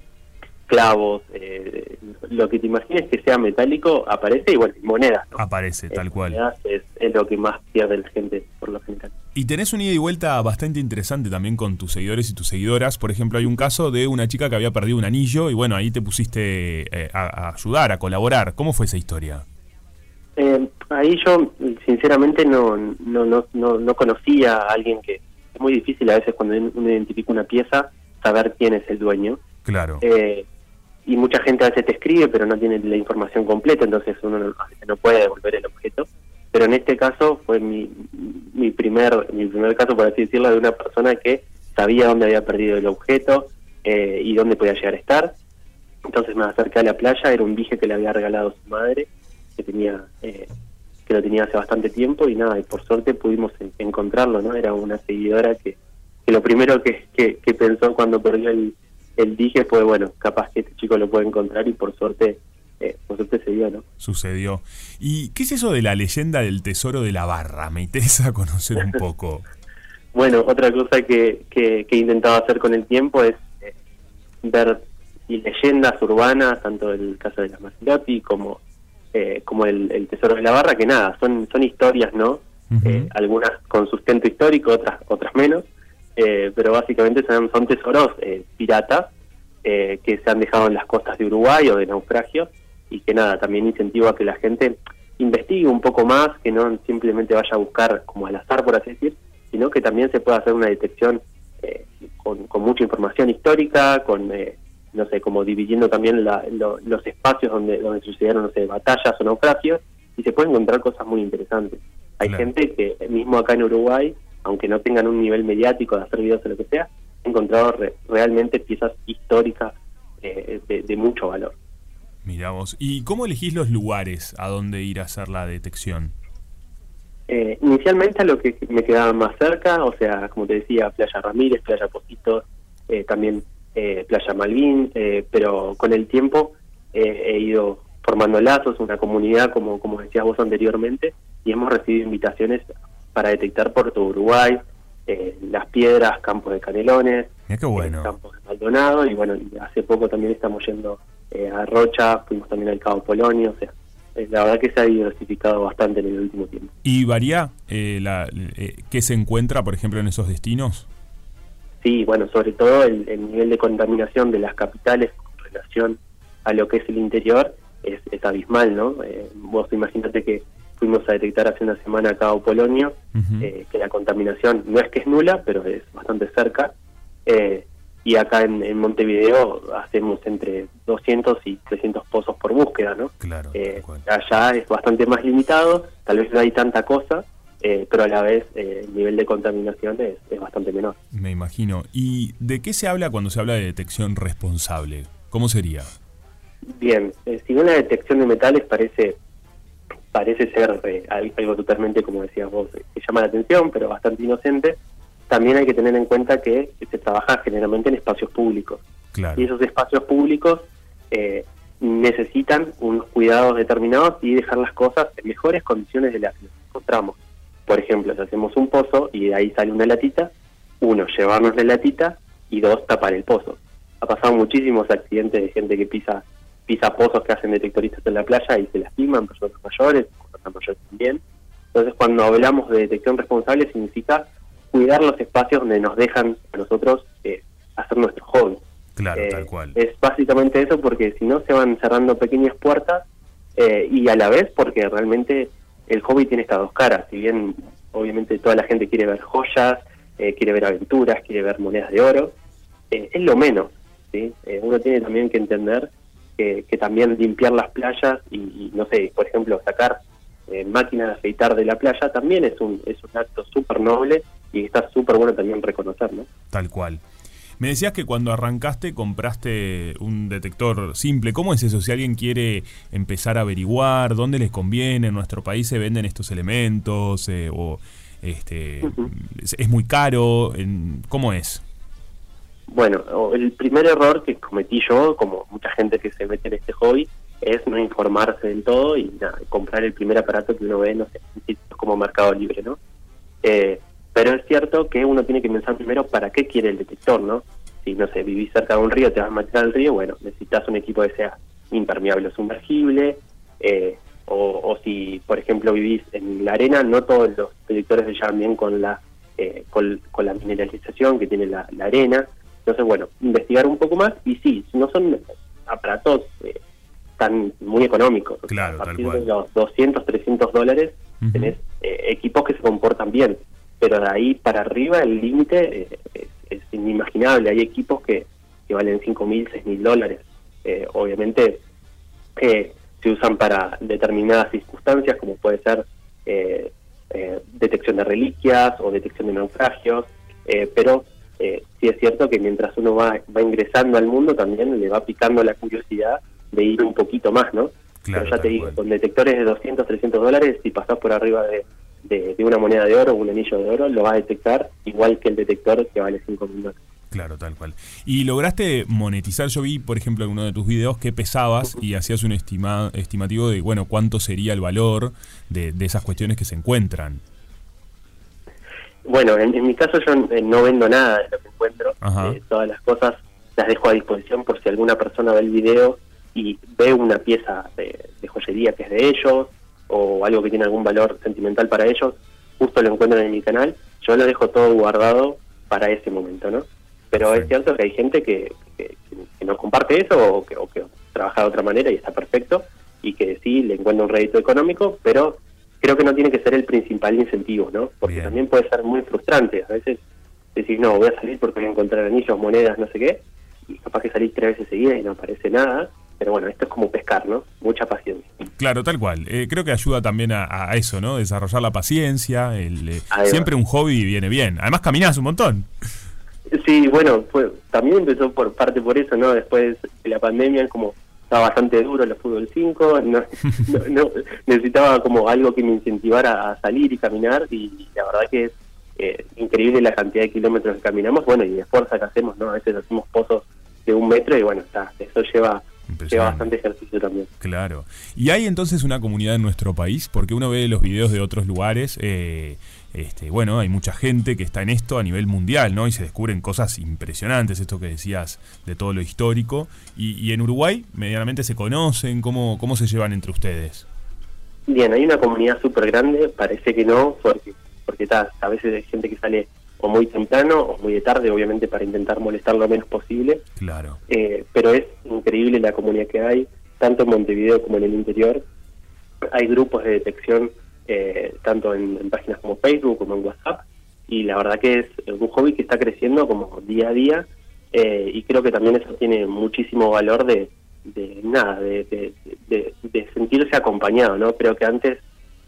E: clavos, eh, lo que te imagines que sea metálico aparece y bueno, y monedas, ¿no?
A: Aparece,
E: Eh,
A: Ah, tal cual.
E: monedas Es, es lo que más pierde la gente por lo general.
A: Y tenés una ida y vuelta bastante interesante también con tus seguidores y tus seguidoras. Por ejemplo, hay un caso de una chica que había perdido un anillo y bueno, ahí te pusiste eh, a, a ayudar, a colaborar. ¿Cómo fue esa historia?
E: Eh, ahí yo, sinceramente, no, no, no, no, no conocía a alguien que. Es muy difícil a veces cuando uno identifica una pieza saber quién es el dueño.
A: Claro.
E: Eh, y mucha gente a veces te escribe, pero no tiene la información completa, entonces uno no, a veces no puede devolver el objeto. Pero en este caso fue mi, mi primer mi primer caso, por así decirlo, de una persona que sabía dónde había perdido el objeto eh, y dónde podía llegar a estar. Entonces me acerqué a la playa, era un dije que le había regalado su madre, que tenía eh, que lo tenía hace bastante tiempo y nada, y por suerte pudimos en- encontrarlo, ¿no? Era una seguidora que, que lo primero que, que, que pensó cuando perdió el, el dije fue, bueno, capaz que este chico lo puede encontrar y por suerte, eh, por suerte se dio, ¿no?
A: sucedió. ¿Y qué es eso de la leyenda del tesoro de la barra? Me interesa conocer un poco.
E: Bueno, otra cosa que, que, que he intentado hacer con el tiempo es eh, ver y leyendas urbanas, tanto el caso de las Maserati como, eh, como el, el Tesoro de la Barra, que nada, son, son historias, ¿no?
A: Ujú.
E: Eh, algunas con sustento histórico, otras, otras menos, eh, pero básicamente son, son tesoros eh, piratas eh, que se han dejado en las costas de Uruguay o de naufragio y que nada, también incentivo a que la gente investigue un poco más, que no simplemente vaya a buscar como al azar, por así decir, sino que también se pueda hacer una detección eh, con, con mucha información histórica, con, eh, no sé, como dividiendo también la- lo- los espacios donde, donde sucedieron, no sé, batallas o naufragios, y se pueden encontrar cosas muy interesantes. Hay
A: Claro.
E: gente que, mismo acá en Uruguay, aunque no tengan un nivel mediático de hacer videos o lo que sea, ha encontrado re- realmente piezas históricas eh, de- de mucho valor.
A: Mirá vos. ¿Y cómo elegís los lugares a dónde ir a hacer la detección?
E: Eh, inicialmente a lo que me quedaba más cerca, o sea, como te decía, Playa Ramírez, Playa Positos, eh, también eh, Playa Malvin, eh, pero con el tiempo eh, he ido formando lazos, una comunidad, como, como decías vos anteriormente, y hemos recibido invitaciones para detectar Puerto Uruguay, eh, Las Piedras, Campos de Canelones,
A: Mirá qué
E: eh,
A: bueno.
E: Campos de Maldonado, y bueno, y hace poco también estamos yendo eh, a Rocha, fuimos también al Cabo Polonio, o sea, eh, la verdad que se ha diversificado bastante en el último tiempo.
A: ¿Y varía eh, la, eh, qué se encuentra, por ejemplo, en esos destinos?
E: Sí, bueno, sobre todo el, el nivel de contaminación de las capitales con relación a lo que es el interior es, es abismal, ¿no? Eh, vos imagínate que fuimos a detectar hace una semana acá a Polonio,
A: Ujú.
E: eh, que la contaminación no es que es nula, pero es bastante cerca. Eh, y acá en, en Montevideo hacemos entre 200 y 300 pozos por búsqueda, ¿no?
A: Claro,
E: Eh,
A: tal cual.
E: allá es bastante más limitado, tal vez no hay tanta cosa, eh, pero a la vez eh, el nivel de contaminación es- es bastante menor.
A: Me imagino. ¿Y de qué se habla cuando se habla de detección responsable? ¿Cómo sería?
E: Bien, eh, si bien la detección de metales parece parece ser eh, al- algo totalmente, como decías vos, eh, que llama la atención, pero bastante inocente, también hay que tener en cuenta que se trabaja generalmente en espacios públicos. Y
A: Claro.
E: esos espacios públicos eh, necesitan unos cuidados determinados y dejar las cosas en mejores condiciones de las que nos encontramos. Por ejemplo, si hacemos un pozo y de ahí sale una latita, uno, llevarnos la latita y dos, tapar el pozo. Ha pasado muchísimos accidentes de gente que pisa pisa pozos que hacen detectoristas en la playa y se lastiman, personas mayores, personas mayores también. Entonces, cuando hablamos de detección responsable, significa cuidar los espacios donde nos dejan a nosotros eh, hacer nuestro hobby.
A: Claro,
E: Eh,
A: tal cual.
E: Es básicamente eso porque si no se van cerrando pequeñas puertas eh, y a la vez porque realmente el hobby tiene estas dos caras. Si bien obviamente toda la gente quiere ver joyas, eh, quiere ver aventuras, quiere ver monedas de oro, eh, es lo menos. ¿sí? Eh, uno tiene también que entender que, que también limpiar las playas y, y, no sé, por ejemplo, sacar eh, máquina de afeitar de la playa también es un, es un acto súper noble y está súper bueno también reconocerlo.
A: Tal cual. Me decías que cuando arrancaste compraste un detector simple. ¿Cómo es eso? Si alguien quiere empezar a averiguar dónde les conviene, en nuestro país se venden estos elementos eh, o este
E: Ujú.
A: es, es muy caro. en- ¿Cómo es?
E: Bueno, o- el primer error que cometí yo, como mucha gente que se mete en este hobby, es no informarse del todo y nada, comprar el primer aparato que uno ve, no sé, en sitios como Mercado Libre, ¿no? Eh, pero es cierto que uno tiene que pensar primero para qué quiere el detector, ¿no? Si, no sé, vivís cerca de un río, te vas a meter al río, bueno, necesitas un equipo que sea impermeable o sumergible, eh, o, o si, por ejemplo, vivís en la arena, no todos los detectores se llevan bien con la, eh, con, con la mineralización que tiene la, la arena. Entonces, bueno, investigar un poco más y sí, no son aparatos eh, tan muy económicos. O sea,
A: Claro,
E: a
A: tal
E: partir
A: cual.
E: de los 200, 300 dólares
A: Ujú.
E: tenés eh, equipos que se comportan bien, pero de ahí para arriba el límite eh, es, es inimaginable. Hay equipos que, que valen 5.000, 6.000 dólares. Eh, obviamente eh, se usan para determinadas circunstancias, como puede ser eh, eh, detección de reliquias o detección de naufragios, eh, pero eh, sí es cierto que mientras uno va, va ingresando al mundo también le va picando la curiosidad de ir un poquito más, ¿no?
A: Claro,
E: Pero ya
A: tal
E: te digo,
A: cual.
E: con detectores de 200, 300 dólares, si pasás por arriba de, de- de una moneda de oro o un anillo de oro, lo va a detectar igual que el detector que vale 5 mil dólares.
A: Claro, tal cual. Y lograste monetizar. Yo vi, por ejemplo, en uno de tus videos que pesabas y hacías un estima- estimativo de, bueno, cuánto sería el valor de, de esas cuestiones que se encuentran.
E: Bueno, en, en mi caso yo eh, no vendo nada de lo que encuentro.
A: Ajá.
E: Eh, todas las cosas las dejo a disposición por si alguna persona ve el video y ve una pieza de, de joyería que es de ellos o algo que tiene algún valor sentimental para ellos, justo lo encuentran en mi canal, yo lo dejo todo guardado para ese momento, ¿no? Pero es
A: Perfecto.
E: cierto que hay gente que, que, que no comparte eso o que, o que trabaja de otra manera y está perfecto y que sí le encuentra un rédito económico, pero creo que no tiene que ser el principal incentivo, ¿no? Porque
A: Bien.
E: también puede ser muy frustrante. A veces decís, no, voy a salir porque voy a encontrar anillos, monedas, no sé qué, y capaz que salís tres veces seguidas y no aparece nada. Pero bueno, esto es como pescar, ¿no? Mucha paciencia.
A: Claro, tal cual. Eh, creo que ayuda también a, a eso, ¿no? Desarrollar la paciencia. el, eh,
E: Ahí va.
A: siempre un hobby viene bien. Además, caminás un montón.
E: Sí, bueno, fue, también empezó por parte por eso, ¿no? Después de la pandemia, como estaba bastante duro el fútbol 5, no, no- no- necesitaba como algo que me incentivara a salir y caminar, y la verdad que es eh, increíble la cantidad de kilómetros que caminamos, bueno, y la fuerza que hacemos, ¿no? A veces hacemos pozos de un metro y bueno, está, eso lleva,
A: Impresionante.
E: lleva bastante ejercicio también.
A: Claro. ¿Y hay entonces una comunidad en nuestro país? Porque uno ve los videos de otros lugares. eh, este, bueno, hay mucha gente que está en esto a nivel mundial, ¿no? Y se descubren cosas impresionantes, esto que decías de todo lo histórico. Y, y en Uruguay, medianamente se conocen, ¿cómo, cómo se llevan entre ustedes?
E: Bien, hay una comunidad súper grande, parece que no, porque porque ta, a veces hay gente que sale o muy temprano o muy de tarde, obviamente para intentar molestar lo menos posible,
A: Claro.
E: eh, pero es increíble la comunidad que hay, tanto en Montevideo como en el interior. Hay grupos de detección, eh, tanto en, en páginas como Facebook como en WhatsApp, y la verdad que es un hobby que está creciendo como día a día, eh, y creo que también eso tiene muchísimo valor de, de nada, de, de- de- de sentirse acompañado, ¿no? Creo que antes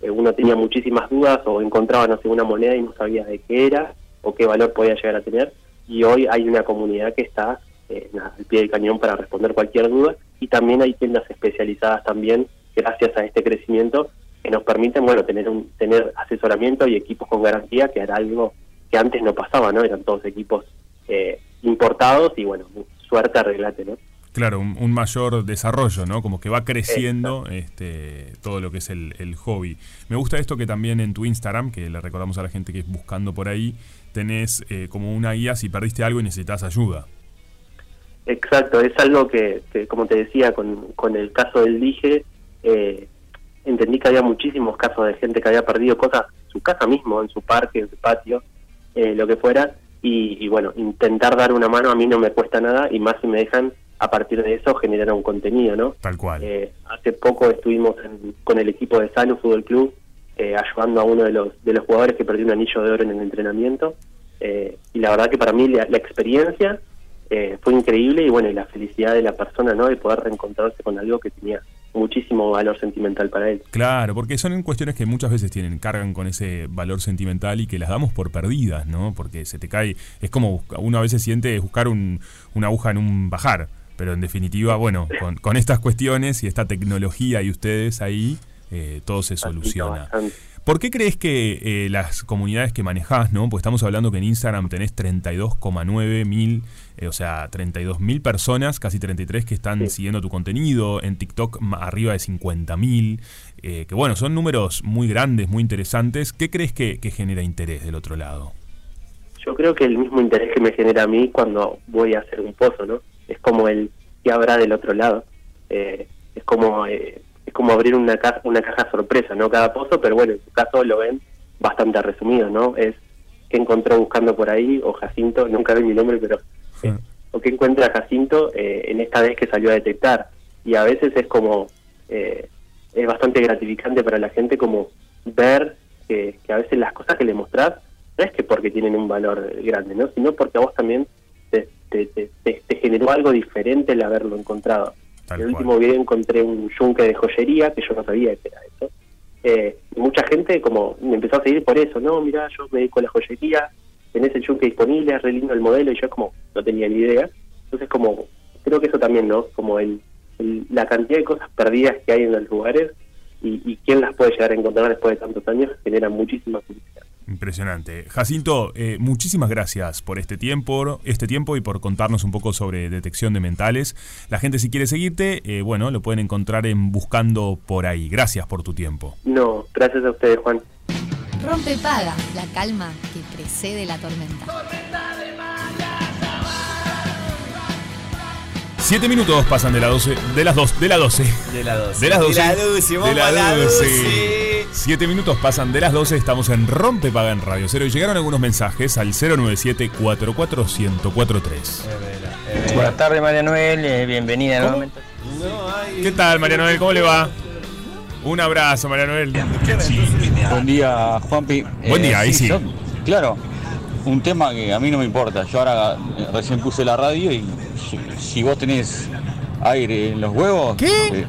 E: eh, uno tenía muchísimas dudas o encontraba, no sé, una moneda y no sabía de qué era o qué valor podía llegar a tener, y hoy hay una comunidad que está eh, nada, al pie del cañón para responder cualquier duda y también hay tiendas especializadas también gracias a este crecimiento que nos permiten bueno tener un tener asesoramiento y equipos con garantía que era algo que antes no pasaba no eran todos equipos eh, importados y bueno suerte arreglate no
A: Claro, un, un mayor desarrollo, ¿no? Como que va creciendo este, todo lo que es el, el hobby. Me gusta esto que también en tu Instagram, que le recordamos a la gente que es buscando por ahí, tenés eh, como una guía si perdiste algo y necesitas ayuda.
E: Exacto, es algo que, que, como te decía, con, con el caso del dije, eh, entendí que había muchísimos casos de gente que había perdido cosas en su casa mismo, en su parque, en su patio, eh, lo que fuera. Y, y, bueno, intentar dar una mano a mí no me cuesta nada y más si me dejan a partir de eso generar un contenido, ¿no?
A: Tal cual.
E: Eh, hace poco estuvimos en- con el equipo de Sanu Fútbol Club eh, ayudando a uno de los, de los jugadores que perdió un anillo de oro en el entrenamiento. Eh, y la verdad que para mí la, la experiencia eh, fue increíble y bueno, y la felicidad de la persona, ¿no? De poder reencontrarse con algo que tenía muchísimo valor sentimental para él.
A: Claro, porque son cuestiones que muchas veces tienen, cargan con ese valor sentimental y que las damos por perdidas, ¿no? Porque se te cae, es como busca- uno a veces siente es buscar un- una aguja en un bajar, pero en definitiva, bueno, con, con estas cuestiones y esta tecnología y ustedes ahí, eh, todo se soluciona.
E: Bastante.
A: ¿Por qué crees que eh, las comunidades que manejás, ¿no? Pues estamos hablando que en Instagram tenés 32,9 mil, eh, o sea, 32 mil personas, casi 33 que están
E: Sí.
A: siguiendo tu contenido, en TikTok ma- arriba de 50 mil, eh, que bueno, son números muy grandes, muy interesantes. ¿Qué crees que, que genera interés del otro lado?
E: Yo creo que el mismo interés que me genera a mí cuando voy a hacer un pozo, ¿no? Es como el que habrá del otro lado. Eh, es como eh, es como abrir una, ca- una caja sorpresa, ¿no? Cada pozo, pero bueno, en su caso lo ven bastante resumido, ¿no? Es qué encontró buscando por ahí, o Jacinto, nunca vi mi nombre, pero... eh, o qué encuentra Jacinto eh, en esta vez que salió a detectar. Y a veces es como... eh, es bastante gratificante para la gente como ver que, que a veces las cosas que le mostrás no es que porque tienen un valor grande, ¿no? sino porque a vos también te, te- te- te- te generó algo diferente el haberlo encontrado.
A: Tal
E: en el
A: cual.
E: último video encontré un yunque de joyería que yo no sabía que era eso. Eh, y mucha gente como me empezó a seguir por eso, no, mira, yo me dedico a la joyería, tenés el yunque disponible, es re lindo el modelo y yo como no tenía ni idea. Entonces como creo que eso también, ¿no? Como el, el- la cantidad de cosas perdidas que hay en los lugares y, y quién las puede llegar a encontrar después de tantos años genera muchísima felicidad.
A: Impresionante. Jacinto, eh, muchísimas gracias por este tiempo, este tiempo y por contarnos un poco sobre detección de mentales. La gente si quiere seguirte, eh, bueno, lo pueden encontrar en Buscando por ahí. Gracias por tu tiempo.
E: No, gracias a ustedes, Juan.
D: Rompe paga, la calma que precede la tormenta.
A: Siete minutos pasan de las 12, de las 2, de las 12.
B: De la 12.
A: De las 12.
B: De la 12, vamos
A: De la
B: a la
A: 12.
B: 12.
A: Siete minutos pasan de las 12, estamos en Rompe Paga en Radio Cero y llegaron algunos mensajes al 097 44 1043.
B: Es verdad, es verdad.
F: Buenas tardes, María Noel. eh, bienvenida
A: ¿Cómo?
F: nuevamente.
B: No hay-
A: ¿Qué tal, María Noel? ¿Cómo le va? Un abrazo, María Noel.
G: Buen día, Juanpi. Eh,
A: Buen día, ahí sí.
G: yo- claro, un tema que a mí no me importa. Yo ahora eh, recién puse la radio y si, si vos tenés aire en los huevos, eh,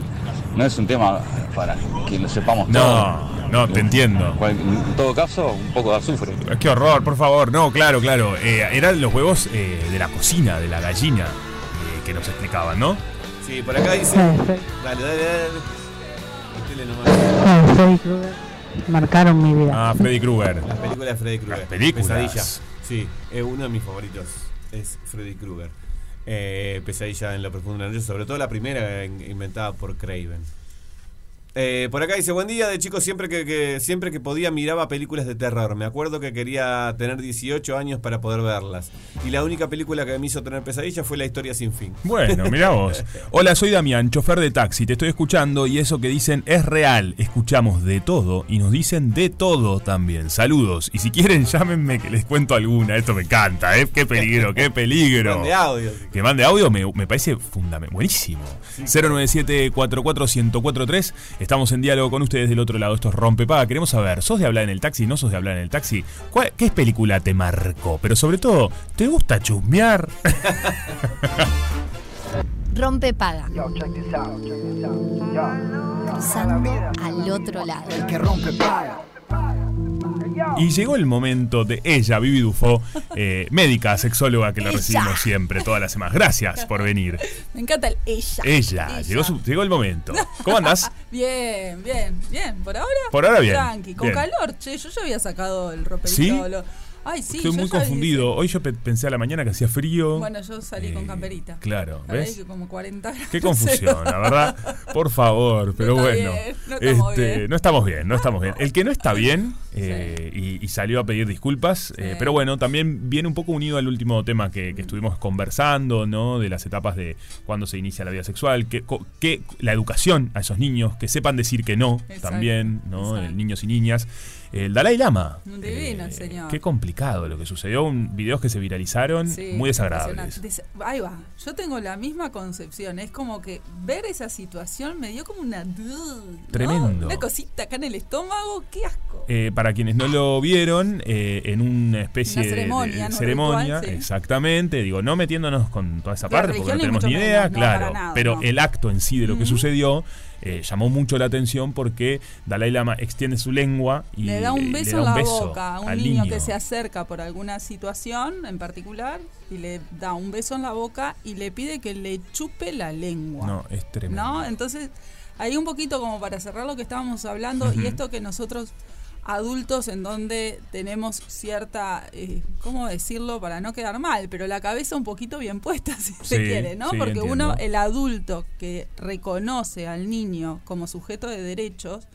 G: no es un tema para que lo sepamos todos.
A: No, no, te entiendo.
G: Cual- En todo caso, un poco de azufre.
A: Qué horror, por favor. No, claro, claro. Eh, eran los huevos eh, de la cocina, de la gallina, eh, que nos explicaban, ¿no?
B: Sí, por acá dice. Dale, dale, dale. Metele nomás.
H: Freddy Krueger marcaron mi vida.
A: Ah, Freddy Krueger.
B: Las películas de Freddy Krueger.
A: Las películas.
B: Pesadilla. Sí, es uno de mis favoritos. Es Freddy Krueger. Eh, pesadilla en la profunda noche, sobre todo la primera eh, inventada por Craven. Eh, por acá dice, buen día, de chico siempre que, que- siempre que podía miraba películas de terror. Me acuerdo que quería tener 18 años para poder verlas. Y la única película que me hizo tener pesadilla fue La historia sin fin.
A: Bueno, mirá vos. Hola, soy Damián, chofer de taxi. Te estoy escuchando y eso que dicen es real. Escuchamos de todo y nos dicen de todo también. Saludos. Y si quieren, llámenme que les cuento alguna. Esto me encanta, ¿eh? Qué peligro, qué peligro.
B: De audio.
A: Que mande audio me, me parece fundamental. Buenísimo. 097 1043 Estamos en diálogo con ustedes del otro lado. Esto es Rompepaga. Queremos saber, ¿sos de hablar en el taxi? ¿No sos de hablar en el taxi? ¿Cuál- ¿Qué película te marcó? Pero sobre todo, ¿te gusta chusmear?
D: Rompe paga. Cruzando al otro lado.
A: Y llegó el momento de ella, Vivi Dufo, eh, médica, sexóloga, que la
I: Ella.
A: recibimos siempre, todas las semanas. Gracias por venir.
I: Me encanta el ella.
A: Ella,
I: Ella.
A: Llegó, su- llegó el momento. ¿Cómo andás?
I: Bien, bien, bien. ¿Por ahora?
A: Por ahora bien,
I: Tranqui, con
A: bien.
I: calor, che. Yo ya había sacado el roperito.
A: ¿Sí?
I: lo- Ay, sí.
A: Estoy
I: yo
A: muy
I: ya-
A: confundido. Hoy yo pe- pensé a la mañana que hacía frío. Eh,
I: Bueno, yo salí con camperita.
A: claro,
I: Caray,
A: ¿ves?
I: que como 40 grados.
A: Qué confusión, la verdad. Por favor, pero
I: está
A: bueno.
I: bien, no estamos
A: Este,
I: bien.
A: no estamos bien, no estamos bien. El que no está bien eh, y, y salió a pedir disculpas, eh, pero bueno, también viene un poco unido al último tema que,
I: Mm.
A: que estuvimos conversando, ¿no? De las etapas de cuando se inicia la vida sexual, que, co- que la educación a esos niños, que sepan decir que no
I: Exacto,
A: también, ¿no? Eh, Niños y niñas. El Dalai Lama. Eh,
I: Un divino el señor.
A: Qué complicado lo que sucedió. Un, videos que se viralizaron,
I: Sí,
A: muy desagradables.
I: impresionante. Des- Ahí va. Yo tengo la misma concepción. Es como que ver esa situación me dio como una. ¿no?
A: Tremendo.
I: Una cosita acá en el estómago. Qué asco.
A: Eh, para quienes no lo vieron, eh, en una especie
I: Una
A: de- de,
I: ceremonia,
A: de
I: ¿no?
A: ceremonia,
I: Ritual, sí.
A: exactamente, digo, no metiéndonos con toda esa
I: De la
A: parte porque
I: religión
A: no
I: ni
A: tenemos ni
I: mucho
A: idea,
I: menos, no,
A: claro,
I: para nada,
A: pero
I: no.
A: el acto en sí de lo que sucedió eh, llamó mucho la atención porque Dalai Lama extiende su lengua y
I: le da un
A: le
I: beso
A: da un
I: en la
A: beso
I: boca a un
A: al
I: niño, que se acerca por alguna situación en particular y le da un beso en la boca y le pide que le chupe la lengua.
A: No, es tremendo.
I: ¿no? Entonces, ahí un poquito como para cerrar lo que estábamos hablando
A: Ujú.
I: y esto que nosotros adultos en donde tenemos cierta, eh, ¿cómo decirlo? Para no quedar mal, pero la cabeza un poquito bien puesta, si se
J: Sí,
I: quiere, ¿no?
J: sí,
I: Porque
J: entiendo.
I: uno, el adulto que reconoce al niño como sujeto de derechos,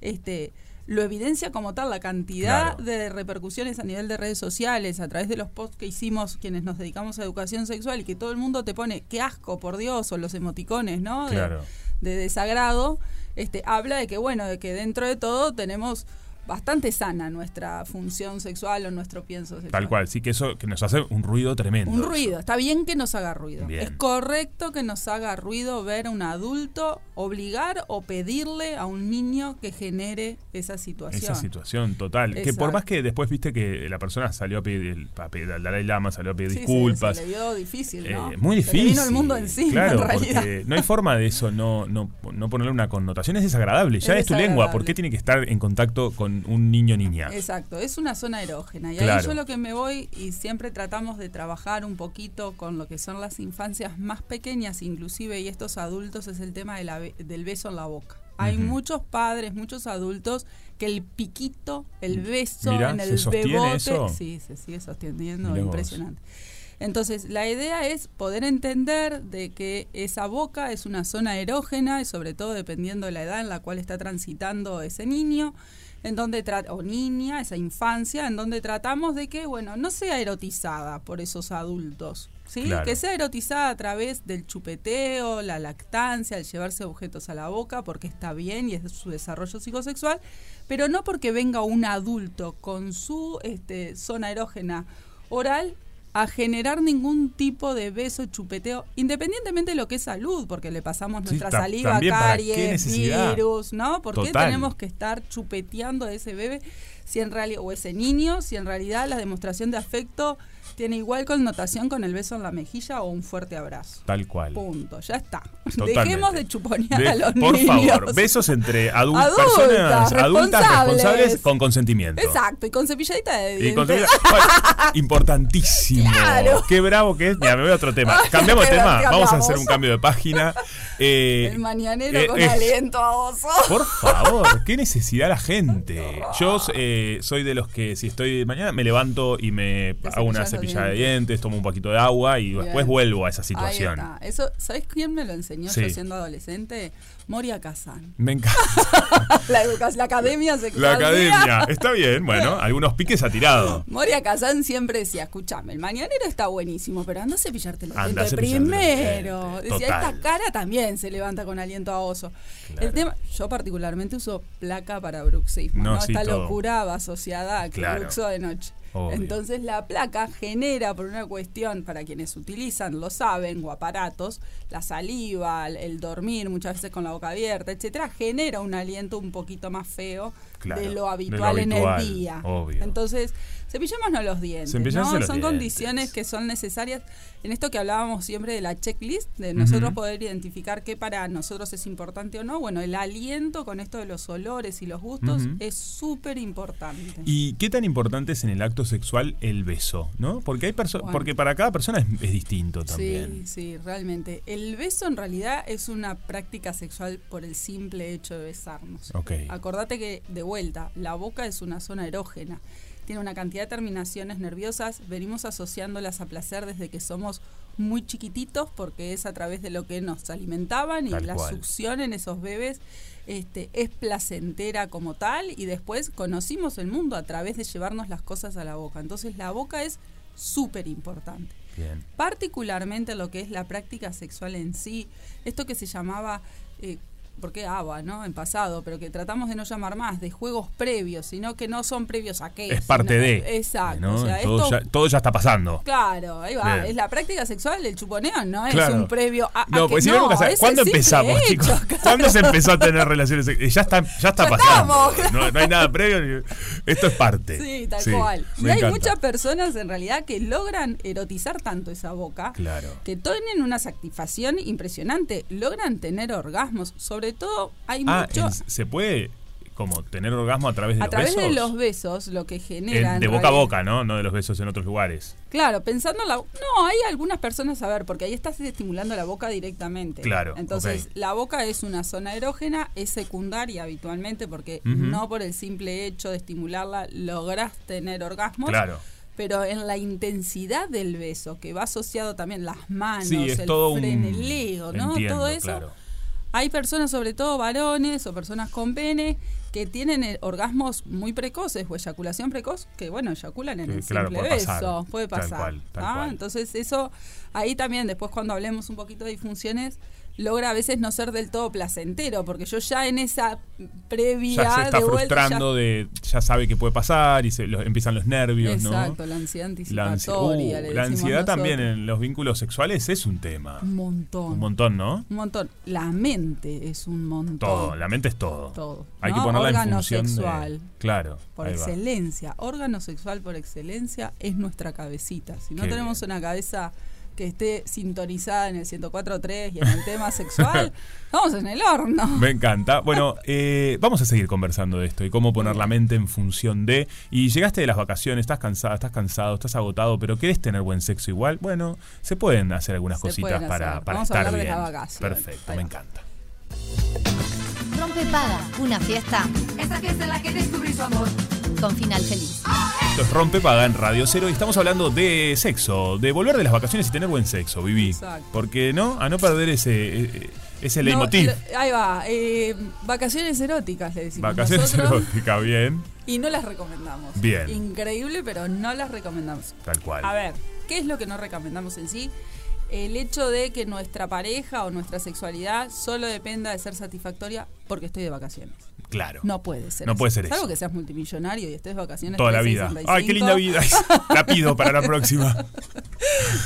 I: este lo evidencia como tal la cantidad de repercusiones a nivel de redes sociales, a través de los posts que hicimos quienes nos dedicamos a educación sexual y que todo el mundo te pone, qué asco, por Dios, o los emoticones, ¿no? De-
K: Claro.
I: de desagrado, este, habla de que, bueno, de que dentro de todo tenemos bastante sana nuestra función sexual o nuestro pienso sexual.
A: Tal cual, sí que eso que nos hace un ruido tremendo.
I: Un ruido, está bien que nos haga ruido.
A: Bien.
I: Es correcto que nos haga ruido ver a un adulto obligar o pedirle a un niño que genere esa situación.
A: Esa situación total. Que por
I: Exacto.
A: más que después viste que la persona salió a pedir, a pedir al Dalai Lama, salió a pedir
I: Sí, se-
A: disculpas.
I: se le vio difícil, ¿no?
A: Eh,
I: Se
A: muy
I: le
A: difícil.
I: vino el mundo encima,
A: Claro,
I: en realidad.
A: porque no hay forma de eso, no, no, no ponerle una connotación. Es desagradable, ya
I: Es
A: es, tu lengua.
I: desagradable.
A: ¿Por qué tiene que estar en contacto con un niño o niña?
I: Exacto, es una zona erógena. Y
A: Claro.
I: ahí yo lo que me voy, y siempre tratamos de trabajar un poquito con lo que son las infancias más pequeñas, inclusive, y estos adultos, es el tema de la be- del beso en la boca. Hay
K: Ujú.
I: muchos padres, muchos adultos que el piquito, el beso
K: Mirá,
I: en
K: ¿se
I: el
K: sostiene
I: bebote,
K: eso?
I: sí, se sigue sosteniendo,
K: Mirá vos.
I: impresionante. Entonces, la idea es poder entender de que esa boca es una zona erógena y sobre todo dependiendo de la edad en la cual está transitando ese niño, en donde tra- o niña, esa infancia, en donde tratamos de que, bueno, no sea erotizada por esos adultos, ¿sí?
K: Claro.
I: Que sea erotizada a través del chupeteo, la lactancia, el llevarse objetos a la boca porque está bien y es su desarrollo psicosexual, pero no porque venga un adulto con su este, zona erógena oral a generar ningún tipo de beso, chupeteo, independientemente de lo que es salud, porque le pasamos
A: Sí,
I: nuestra
A: ta-
I: saliva,
A: también, ¿para qué
I: caries,
A: necesidad?
I: virus, ¿no? ¿Por qué
A: Total.
I: tenemos que estar chupeteando a ese bebé si en realidad, o ese niño, si en realidad la demostración de afecto tiene igual connotación con el beso en la mejilla o un fuerte abrazo?
A: Tal cual.
I: Punto, ya está.
A: Totalmente.
I: Dejemos de chuponear
A: De-
I: a los
A: por
I: niños.
A: favor, besos entre adu-
I: Adultas,
A: personas adultas
I: responsables.
A: responsables con consentimiento.
I: Exacto, y con cepilladita de
A: Y
I: dientes.
A: con- bueno, importantísimo.
I: Claro.
A: Qué bravo que es. Mira, me voy a otro tema. Cambiamos de
I: Qué
A: tema.
I: divertido
A: Vamos a
I: hablamos.
A: hacer un cambio de página. Eh,
I: El mañanero
A: eh,
I: con
A: eh,
I: aliento a oso.
A: Por favor, qué necesidad la gente. Yo eh, soy de los que si estoy mañana me levanto y me hago una
I: cepillas los
A: cepilla de dientes, tomo un poquito de agua y
I: Bien.
A: después vuelvo a esa
I: Ahí
A: situación.
I: está. Eso, ¿Sabes quién me lo enseñó
A: Sí.
I: yo siendo adolescente? Moria Kazan.
A: Me encanta
I: La, educa- la academia se
A: la academia. Está bien, bueno, algunos piques ha tirado.
I: Moria Kazan siempre decía, escúchame, el mañanero está buenísimo, pero anda a cepillarte los
A: Anda a
I: dientes
A: cepillarte los
I: primero.
A: dientes,
I: Decía,
A: total.
I: esta cara también se levanta con aliento a oso. El tema, yo particularmente uso placa para bruxismo,
K: No,
I: ¿no?
K: sí,
I: Esta
K: todo.
I: locura va asociada a que
K: Claro.
I: bruxo de noche.
K: Obvio.
I: Entonces la placa genera por una cuestión, para quienes utilizan, lo saben, o aparatos, la saliva, el- el dormir muchas veces con la boca abierta, etcétera, genera un aliento un poquito más feo
A: Claro,
I: de
A: de lo
I: lo habitual en
A: habitual,
I: el día.
A: obvio.
I: Entonces, cepillémonos los dientes.
A: Cepillarse
I: ¿no?
A: los
I: son
A: dientes.
I: condiciones que son necesarias en esto que hablábamos siempre de la checklist, de
A: Ujú.
I: nosotros poder identificar qué para nosotros es importante o no. Bueno, el aliento con esto de los olores y los gustos
A: Ujú.
I: es súper importante.
A: ¿Y qué tan importante es en el acto sexual el beso? ¿No? Porque hay perso-
I: Bueno.
A: porque para cada persona es, es distinto también.
I: Sí, sí, realmente. El beso en realidad es una práctica sexual por el simple hecho de besarnos.
A: Ok.
I: Acordate que, de vuelta, la boca es una zona erógena. tiene una cantidad de terminaciones nerviosas. Venimos asociándolas a placer desde que somos muy chiquititos porque es a través de lo que nos alimentaban y
J: Tal
I: la
J: cual.
I: succión en esos bebés este, es placentera como tal y después conocimos el mundo a través de llevarnos las cosas a la boca. Entonces la boca es súper importante
A: Bien.
I: particularmente lo que es la práctica sexual en sí, esto que se llamaba, eh, porque ABA, ¿no? En pasado, pero que tratamos de no llamar más, de juegos previos, sino que no son previos a qué.
A: Es parte
I: sino-
A: de.
I: Exacto.
A: ¿no?
I: o sea,
A: todo,
I: esto-
A: ya, todo ya está pasando.
I: Claro, ahí va.
A: Bien.
I: Es la práctica sexual, el chuponeo no es
A: Claro.
I: un previo a. a
A: No,
I: que-
A: pues si no, nunca
I: es
A: sabe-
I: el
A: ¿Cuándo
I: simple
A: empezamos,
I: hecho,
A: chicos?
I: claro.
A: ¿Cuándo se empezó a tener relaciones sexuales? Eh, Ya está, ya está
I: Ya
A: pasando.
I: estamos, claro.
A: No, no hay nada previo. ni- Esto es parte.
I: Sí, tal
A: Sí,
I: cual. Y
A: me
I: hay
A: encanta.
I: muchas personas en realidad que logran erotizar tanto esa boca
A: Claro.
I: que tienen una satisfacción impresionante, logran tener orgasmos, sobre todo hay
A: Ah,
I: mucho
A: en- ¿se puede como tener orgasmo a través de
I: a
A: los
I: través
A: besos?
I: de los besos lo que
A: Eh,
I: genera en
A: de boca a
I: realidad-
A: boca, ¿no? No de los besos en otros lugares.
I: Claro, pensando en la no hay algunas personas a ver porque ahí estás estimulando la boca directamente.
A: Claro,
I: Entonces
A: ok.
I: la boca es una zona erógena, es secundaria habitualmente porque
A: Ujú.
I: no por el simple hecho de estimularla lográs tener orgasmos.
A: Claro.
I: pero en la intensidad del beso, que va asociado también las manos,
A: Sí, es
I: Ah, el
A: todo un-
I: freneleo, ¿no?
A: Entiendo,
I: todo eso.
A: claro.
I: Hay personas, sobre todo varones o personas con pene, que tienen eh, orgasmos muy precoces o eyaculación precoz, que bueno, eyaculan en
A: Que,
I: el
A: claro,
I: simple
A: puede
I: beso,
A: pasar,
I: puede
A: tal
I: pasar.
A: cual, tal
I: ¿tá?
A: cual.
I: Entonces eso, ahí también después cuando hablemos un poquito de disfunciones, logra a veces no ser del todo placentero, porque yo ya en esa previa
A: Ya se está
I: de vuelta ya-
A: frustrando, de, ya sabe que puede pasar y se, lo- empiezan los nervios, ¿no?
I: Exacto, la ansiedad
A: La, ansi- Uh,
I: anticipatoria. le
A: la
I: decimos
A: ansiedad también
I: nosotros.
A: en los vínculos sexuales es un tema.
I: Un montón.
A: Un montón, ¿no?
I: Un montón. La mente es un montón.
A: Todo, la mente es todo.
I: Todo,
A: Hay que
I: ¿no?
A: ponerla en
I: Órgano
A: función de-
I: sexual.
A: Claro.
I: Por
A: ahí va.
I: excelencia, órgano sexual por excelencia es nuestra cabecita. Si no
A: Qué
I: tenemos una cabeza que esté sintonizada en el 104.3 y en el tema sexual, vamos en el horno.
A: Me encanta. Bueno, eh, vamos a seguir conversando de esto y cómo poner la mente en función de. Y llegaste de las vacaciones, estás cansada, estás cansado, estás agotado, pero querés tener buen sexo igual. Bueno, se pueden hacer algunas
I: Se
A: cositas
I: pueden
A: para,
I: hacer.
A: para
I: Vamos a
A: estar
I: hablar de
A: bien.
I: la vacación.
A: Perfecto, me encanta.
D: Rompe Paga, una fiesta. Esa fiesta en la que descubrí su amor. Con final feliz.
A: Esto es Rompe Paga en Radio Cero y estamos hablando de sexo, de volver de las vacaciones y tener buen sexo, Vivi.
I: Exacto.
A: Porque no, a no perder ese, eh, ese
I: No,
A: leitmotiv.
I: el- ahí va. eh, vacaciones eróticas, le decimos.
A: vacaciones
I: nosotros,
A: erótica, bien,
I: Y no las recomendamos.
A: Bien.
I: Increíble, pero no las recomendamos.
A: tal cual.
I: A ver, ¿qué es lo que no recomendamos en sí? El hecho de que nuestra pareja o nuestra sexualidad solo dependa de ser satisfactoria porque estoy de vacaciones.
A: Claro.
I: No puede ser.
A: No puede ser
I: Salvo
A: eso.
I: que seas multimillonario y estés de vacaciones.
A: Toda la vida.
I: 365.
A: Ay, qué linda vida. La pido para la próxima.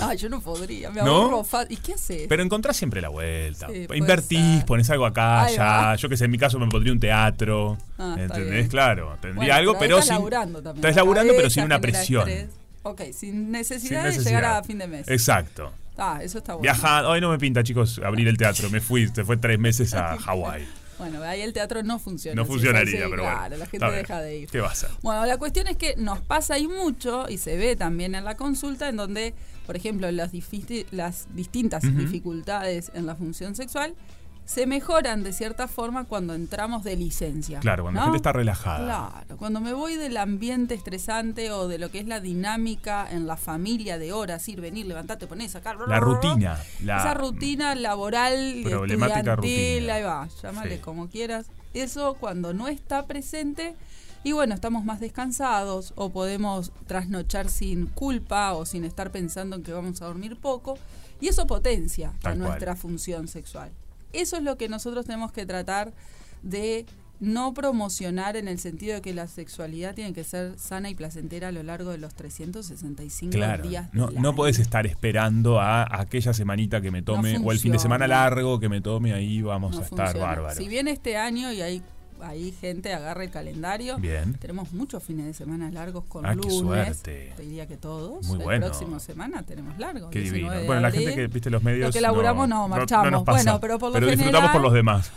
I: Ay, yo no podría. Me
A: ¿No?
I: ahorro fa- ¿Y qué haces?
A: Pero encontrás siempre la vuelta.
I: Sí, puede
A: Invertís, pones algo acá,
I: Ahí
A: allá.
I: va.
A: Yo que sé, en mi caso me pondría un teatro.
I: Ah, está
A: ¿Entendés?
I: bien.
A: Claro. Tendría
I: Bueno,
A: algo, pero
I: estás
A: sin.
I: laburando también.
A: estás
I: La
A: laburando, pero
I: cabeza
A: sin una
I: genera
A: presión.
I: estrés. Ok, sin necesidad,
A: Sin
I: de llegar
A: necesidad.
I: a fin de mes.
A: Exacto.
I: Ah, eso está bueno.
A: Viajando. Hoy no me pinta, chicos, abrir el teatro. Me fui, se fue tres meses a Hawái.
I: Bueno, ahí el teatro no funciona.
A: No
I: sí,
A: funcionaría,
I: sí,
A: pero
I: claro,
A: bueno.
I: la
A: Está
I: gente
A: bien.
I: deja de ir.
A: ¿Qué va a hacer?
I: Bueno, la cuestión es que nos pasa ahí mucho y se ve también en la consulta, en donde, por ejemplo, las, difici- las distintas
K: Ujú.
I: dificultades en la función sexual se mejoran de cierta forma cuando entramos de licencia.
A: Claro, cuando la gente está relajada.
I: Claro, cuando me voy del ambiente estresante o de lo que es la dinámica en la familia de horas, ir, venir, levantarte, poner, sacar.
A: La rutina. La,
I: Esa rutina laboral,
A: Problemática
I: estudiantil,
A: rutina.
I: ahí va, llámale
A: Sí.
I: como quieras. Eso cuando no está presente y bueno, estamos más descansados o podemos trasnochar sin culpa o sin estar pensando en que vamos a dormir poco y eso potencia
K: Tal
I: a
K: cual.
I: nuestra función sexual. Eso es lo que nosotros tenemos que tratar de no promocionar en el sentido de que la sexualidad tiene que ser sana y placentera a lo largo de los 365
A: Claro.
I: días.
A: No, no podés estar esperando a aquella semanita que me tome o el fin
I: funciona.
A: de semana largo que me tome. Ahí vamos
I: No
A: a estar
I: funciona.
A: bárbaros.
I: Si bien este año y hay, hay gente agarra el calendario,
A: Bien.
I: tenemos muchos fines de semana largos con
A: Ah, qué
I: lunes.
A: suerte.
I: Te diría que todos.
A: Muy
I: el
A: bueno.
I: próximo semana tenemos largo.
A: Qué
I: 19
A: divino.
I: de
A: Bueno, la
I: abril.
A: gente que viste los medios.
I: Lo que laburamos no, marchamos.
A: nos pasa.
I: Bueno, pero por lo
A: disfrutamos
I: general-
A: por los demás.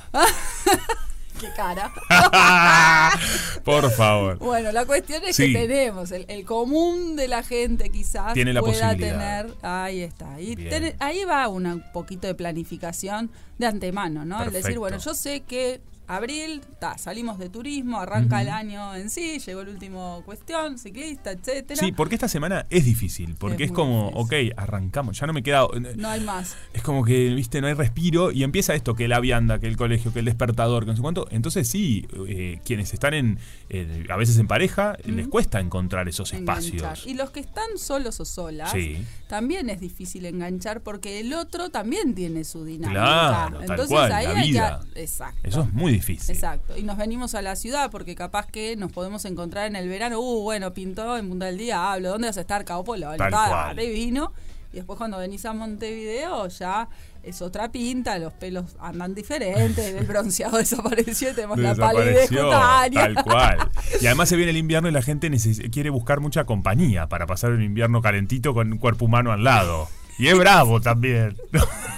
I: Qué cara.
A: por favor.
I: Bueno, la cuestión es
A: Sí.
I: que tenemos el, el común de la gente quizás
A: Tiene la
I: pueda
A: posibilidad.
I: tener, ahí está, y
A: Bien.
I: tener- ahí va una- un poquito de planificación de antemano, ¿no? El decir,
A: Perfecto.
I: bueno, yo sé que abril, ta, salimos de turismo, arranca
A: Ujú.
I: el año en sí, llegó el último cuestión, ciclista, etcétera.
A: Sí, pues, porque esta semana es difícil, porque
I: Es
A: es,
I: muy
A: como, ok, arrancamos, ya no me eh, queda...
I: No hay más.
A: Es como que, viste, no hay respiro y empieza esto, que la vianda, que el colegio, que el despertador, que no sé cuánto. Entonces sí, eh, quienes están en, eh, a veces en pareja, les
I: Ujú.
A: cuesta encontrar esos
I: enganchar.
A: espacios.
I: Y los que están solos o solas,
A: Sí.
I: también es difícil enganchar porque el otro también tiene su dinámica.
A: Claro, tal
I: Entonces
A: cual,
I: ahí
A: la
I: hay
A: vida.
I: que. Exacto.
A: Eso es muy difícil.
I: Exacto. Y nos venimos a la ciudad porque capaz que nos podemos encontrar en el verano. Uh, bueno, pintó en Punta del Día, hablo. ¿Dónde vas a estar, Caopolo?
A: Tal cual.
I: divino. Y después cuando venís a Montevideo ya es otra pinta, los pelos andan diferentes, el bronceado desapareció, y tenemos la palidez
A: Desapareció,
I: cutánea.
A: tal cual. Y además se viene el invierno y la gente neces- quiere buscar mucha compañía para pasar un invierno calentito con un cuerpo humano al lado. Y es bravo también.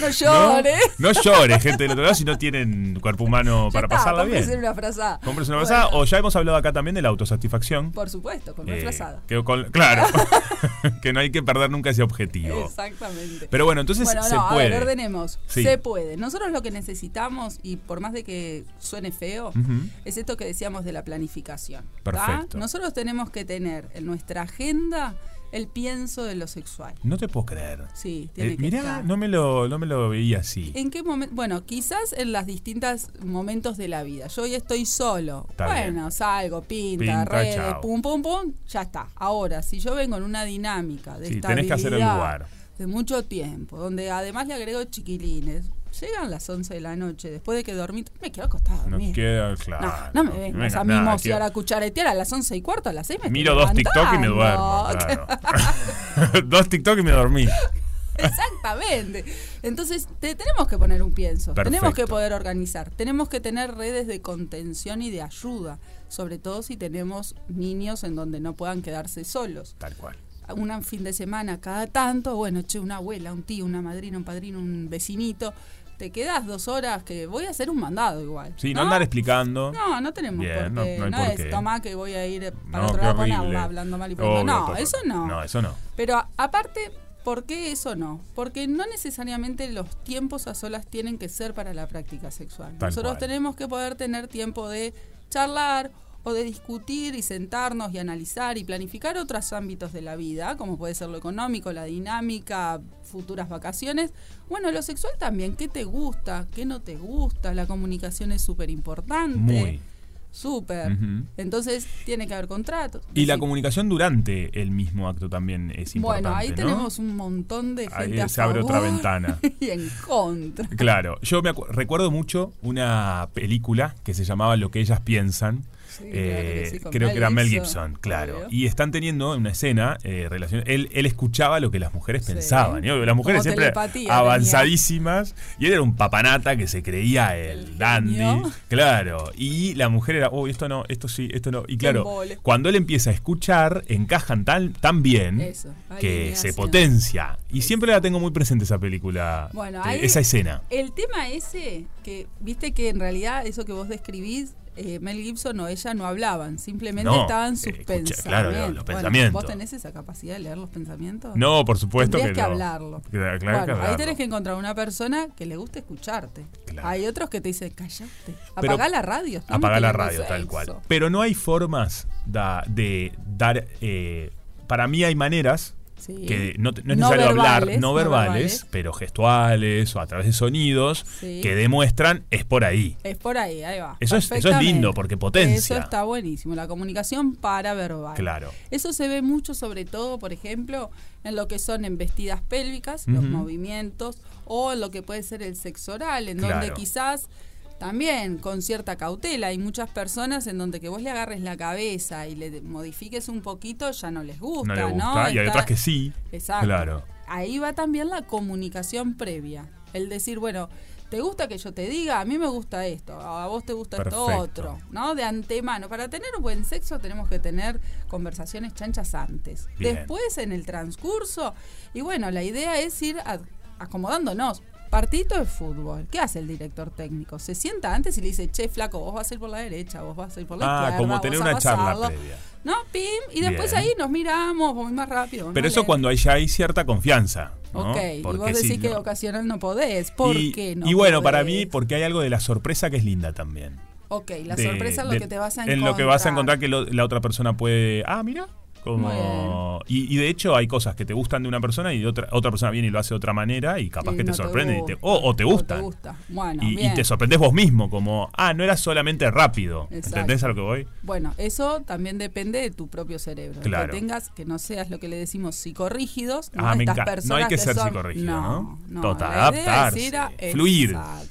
I: No llores.
A: No llores, gente del otro lado, si no tienen cuerpo humano para
I: Está,
A: pasarla
I: cómprese
A: bien.
I: una frazada.
A: Compres una
I: Bueno,
A: pasada. O ya hemos hablado acá también de la autosatisfacción.
I: Por supuesto, con
A: Eh,
I: una frazada.
A: que con- claro. que no hay que perder nunca ese objetivo.
I: Exactamente.
A: Pero bueno, entonces
I: Bueno,
A: se
I: no, a ver,
A: puede.
I: ordenemos.
A: Sí.
I: Se puede. Nosotros lo que necesitamos, y por más de que suene feo,
A: Ujú.
I: es esto que decíamos de la planificación. ¿tá?
A: Perfecto.
I: Nosotros tenemos que tener en nuestra agenda el pienso de lo sexual.
A: No te puedo creer.
I: Sí, tiene
A: Eh,
I: que
A: mirá,
I: estar.
A: no me, lo, no me lo veía así.
I: ¿En qué momento? Bueno, quizás en los distintos momentos de la vida. Yo hoy estoy solo.
A: Está
I: bueno, salgo, pinta,
A: Pinta,
I: redes,
A: chao.
I: pum, pum, pum, ya está. Ahora, si yo vengo en una dinámica de
A: Sí,
I: estabilidad
A: tenés que hacer el lugar.
I: de mucho tiempo, donde además le agrego chiquilines, llegan las 11 de la noche, después de que dormí, me quedo acostado.
A: No queda claro.
I: No me vengas a
A: nada,
I: mimosear
A: quiero-
I: a cucharetear a las 11 y cuarto, a las 6 me estoy
A: Miro dos TikTok y me duermo. ah,
I: levantando.
A: claro. dos TikTok y me dormí.
I: Exactamente. Entonces, te- tenemos que poner un pienso, tenemos
A: Perfecto.
I: que poder organizar, tenemos que tener redes de contención y de ayuda, sobre todo si tenemos niños en donde no puedan quedarse solos.
A: Tal cual.
I: Un fin de semana cada tanto, bueno, che, una abuela, un tío, una madrina, un padrino, un vecinito, te quedas dos horas que voy a hacer un mandado igual.
A: Sí, no, andar explicando.
I: No, no tenemos
A: Bien,
I: por qué.
A: no-
I: No,
A: no hay por qué.
I: es tomá que voy a ir para
A: No,
I: otro
A: qué
I: lado con
A: horrible.
I: agua hablando mal y
A: Obvio,
I: pronto. No,
A: por-
I: eso no.
A: No, eso no.
I: Pero a- aparte, ¿por qué eso no? Porque no necesariamente los tiempos a solas tienen que ser para la práctica sexual.
A: Tal
I: Nosotros
A: cual.
I: tenemos que poder tener tiempo de charlar o de discutir y sentarnos y analizar y planificar otros ámbitos de la vida, como puede ser lo económico, la dinámica, futuras vacaciones. Bueno, lo sexual también, ¿qué te gusta? ¿Qué no te gusta? La comunicación es súper importante.
A: Muy.
I: Súper.
A: Ujú.
I: Entonces, tiene que haber contratos.
A: Y la comunicación durante el mismo acto también es importante.
I: Bueno, ahí
A: ¿no?
I: tenemos un montón de gente
A: Ahí
I: a
A: se abre otra
I: favor
A: ventana.
I: y en contra.
A: Claro, yo me acu- recuerdo mucho una película que se llamaba Lo que ellas piensan.
I: claro
A: Eh,
I: que sí, con
A: creo
I: Mel
A: que era Mel
I: Gibson,
A: Gibson, claro.
I: obvio.
A: Y están teniendo una escena, eh, relación, él, él escuchaba lo que las mujeres pensaban. ¿no? Las mujeres
I: Como
A: siempre
I: telepatía
A: avanzadísimas. Y él era un papanata que se creía el dandy. Claro. Y la mujer era, uy, esto no, esto sí, esto no. Y claro,
I: embole.
A: cuando él empieza a escuchar, encajan tan, tan bien
I: Eso,
A: que se
I: alineación.
A: potencia. Y siempre la tengo muy presente esa película,
I: Bueno,
A: eh,
I: ahí-
A: esa escena.
I: El tema ese, que viste que en realidad eso que vos describís, eh, Mel Gibson o ella no hablaban, simplemente
A: No,
I: estaban sus
A: eh, escucha,
I: pensamientos.
A: claro, los- los
I: Bueno,
A: pensamientos.
I: ¿Vos tenés esa capacidad de leer los pensamientos?
A: No, por supuesto
I: Tendrías
A: que no.
I: hablarlo.
A: Claro, claro que
I: bueno, ahí
A: hablarlo.
I: tenés que encontrar una persona que le guste escucharte. Hay otros que te dicen, callate,
A: Pero-
I: apagá la radio. estamos
A: Apagar la
I: teniendo
A: radio, tal
I: sexo".
A: cual. Pero no hay formas da- de dar. eh, para mí hay maneras
I: Sí.
A: que no, te- no es
I: No
A: necesario hablar,
I: verbales,
A: no
I: no
A: verbales,
I: verbales.
A: pero gestuales o a través de sonidos
I: Sí.
A: que demuestran es por ahí.
I: Es por ahí, ahí va.
A: Eso es- eso es
I: Perfectamente.
A: lindo, porque potencia.
I: Eso está buenísimo, la comunicación paraverbal.
A: Claro.
I: Eso se ve mucho, sobre todo, por ejemplo, en lo que son embestidas pélvicas, los
J: Ujú.
I: movimientos, o en lo que puede ser el sexo oral, en donde
J: Claro.
I: quizás también con cierta cautela hay muchas personas en donde que vos le agarres la cabeza y le modifiques un poquito ya no les gusta,
A: no
I: ¿no?
A: le gusta. y hay
I: Está-
A: otras que sí.
I: Exacto.
A: Claro.
I: Ahí va también la comunicación previa. El decir, bueno, ¿te gusta que yo te diga? A mí me gusta esto, a vos te gusta
A: Perfecto.
I: esto otro, ¿no? De antemano. Para tener buen sexo tenemos que tener conversaciones chanchas antes.
J: Bien.
I: Después, en el transcurso, y bueno, la idea es ir ad- acomodándonos. Partito de fútbol. ¿Qué hace el director técnico? Se sienta antes y le dice, che, flaco, vos vas a ir por la derecha, vos vas a ir por la
A: Ah,
I: izquierda.
A: como
I: vos
A: tener
I: a
A: una charla
I: pasarlo".
A: previa.
I: No, pim, y después
A: Bien.
I: ahí nos miramos, vamos más rápido. vos
A: Pero
I: más
A: eso
I: lento.
A: cuando hay- ya hay cierta confianza. ¿no?
I: Ok, y
A: Porque
I: vos decís
A: si
I: que
A: lo-
I: ocasional no podés. ¿Por
A: y,
I: qué no?
A: y bueno,
I: podés?
A: para mí, porque hay algo de la sorpresa que es linda también.
I: Ok, la
A: De-
I: sorpresa es lo
A: de-
I: que te vas a
A: En
I: encontrar.
A: lo que vas a encontrar que lo- la otra persona puede. Ah, mira. Como, y, y de hecho hay cosas que te gustan de una persona y otra, otra persona viene y lo hace de otra manera y capaz
I: Y
A: que
I: no
A: te
I: te
A: sorprende y te-
I: gusta,
A: o, o te gustan.
I: gusta. Bueno,
A: y, y
I: bien.
A: te sorprendes vos mismo, como, ah, no era solamente rápido.
I: Exacto.
A: ¿Entendés a lo que voy?
I: Bueno, eso también depende de tu propio cerebro.
A: Claro.
I: Que tengas, que no seas lo que le decimos psicorrígidos.
A: Ah,
I: ¿no?
A: me
I: Estas
A: enca-
I: personas
A: no hay que, ser
I: son-
A: psicorrígido, ¿no?
I: no,
A: Total,
I: la idea es
A: adaptarse,
I: ir a-
A: fluir.
I: Exacto.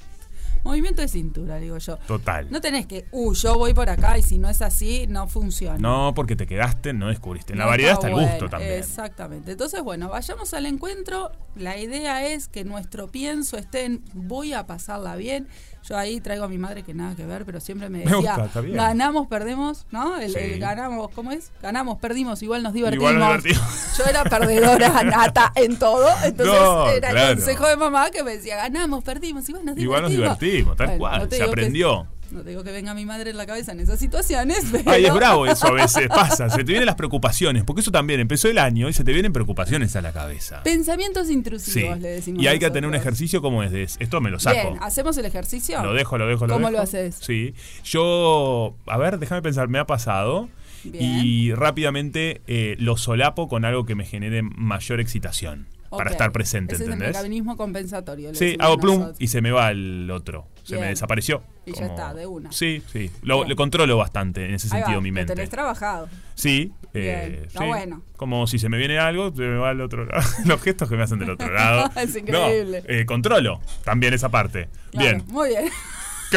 I: Movimiento de cintura, digo yo.
A: Total.
I: No tenés que, uh, yo voy por acá y si no es así, no funciona.
A: No, porque te quedaste, no descubriste. En la
I: No
A: variedad está, el
I: bueno,
A: gusto también.
I: Exactamente. Entonces, bueno, vayamos al encuentro. La idea es que nuestro pienso esté en voy a pasarla bien. Yo ahí traigo a mi madre que nada que ver, pero siempre me
A: Me
I: decía,
A: gusta, está bien.
I: ganamos, perdemos, ¿no? El,
A: Sí.
I: el ganamos, ¿cómo es? Ganamos, perdimos, igual nos divertimos.
A: Igual nos divertimos.
I: Yo era perdedora nata en todo, entonces
A: No,
I: era el
A: claro.
I: consejo de mamá que me decía, ganamos, perdimos, igual nos divertimos.
A: Igual nos divertimos, tal
I: Bueno,
A: cual.
I: no te
A: Se
I: digo que-
A: aprendió.
I: no te digo que venga mi madre en la cabeza en esas situaciones, pero...
A: Ay, es bravo eso a veces, pasa, se te vienen las preocupaciones, porque eso también empezó el año y se te vienen preocupaciones a la cabeza.
I: Pensamientos
A: Sí.
I: intrusivos, le decimos.
A: Y hay que
I: nosotros.
A: tener un ejercicio como es de esto me lo saco.
I: Bien, ¿hacemos el ejercicio?
A: Lo dejo, lo dejo, lo
I: ¿Cómo
A: dejo.
I: lo haces?
A: Sí. Yo, a ver, déjame pensar, me ha pasado.
I: Bien.
A: Y rápidamente eh, lo solapo con algo que me genere mayor excitación. Para
I: Ok.
A: estar presente,
I: Ese
A: ¿entendés?
I: Es el mecanismo compensatorio. le
A: Sí,
I: decimos
A: hago plum
I: nosotros.
A: y se me va el otro. Se me
I: Bien.
A: desapareció.
I: Y ya
A: Como-
I: está, de una.
A: Sí, sí. Lo,
I: Bien.
A: lo controlo bastante en ese
I: Ahí va,
A: sentido mi
I: lo
A: mente.
I: tenés trabajado.
A: Sí,
I: Bien,
A: eh,
I: está
A: sí.
I: bueno.
A: Como si se me viene algo, se me va al otro lado. Los gestos que me hacen del otro lado.
I: Es
A: No,
I: increíble.
A: eh, controlo también esa parte.
I: Claro,
A: Bien.
I: Muy bien.
A: ¿Qué?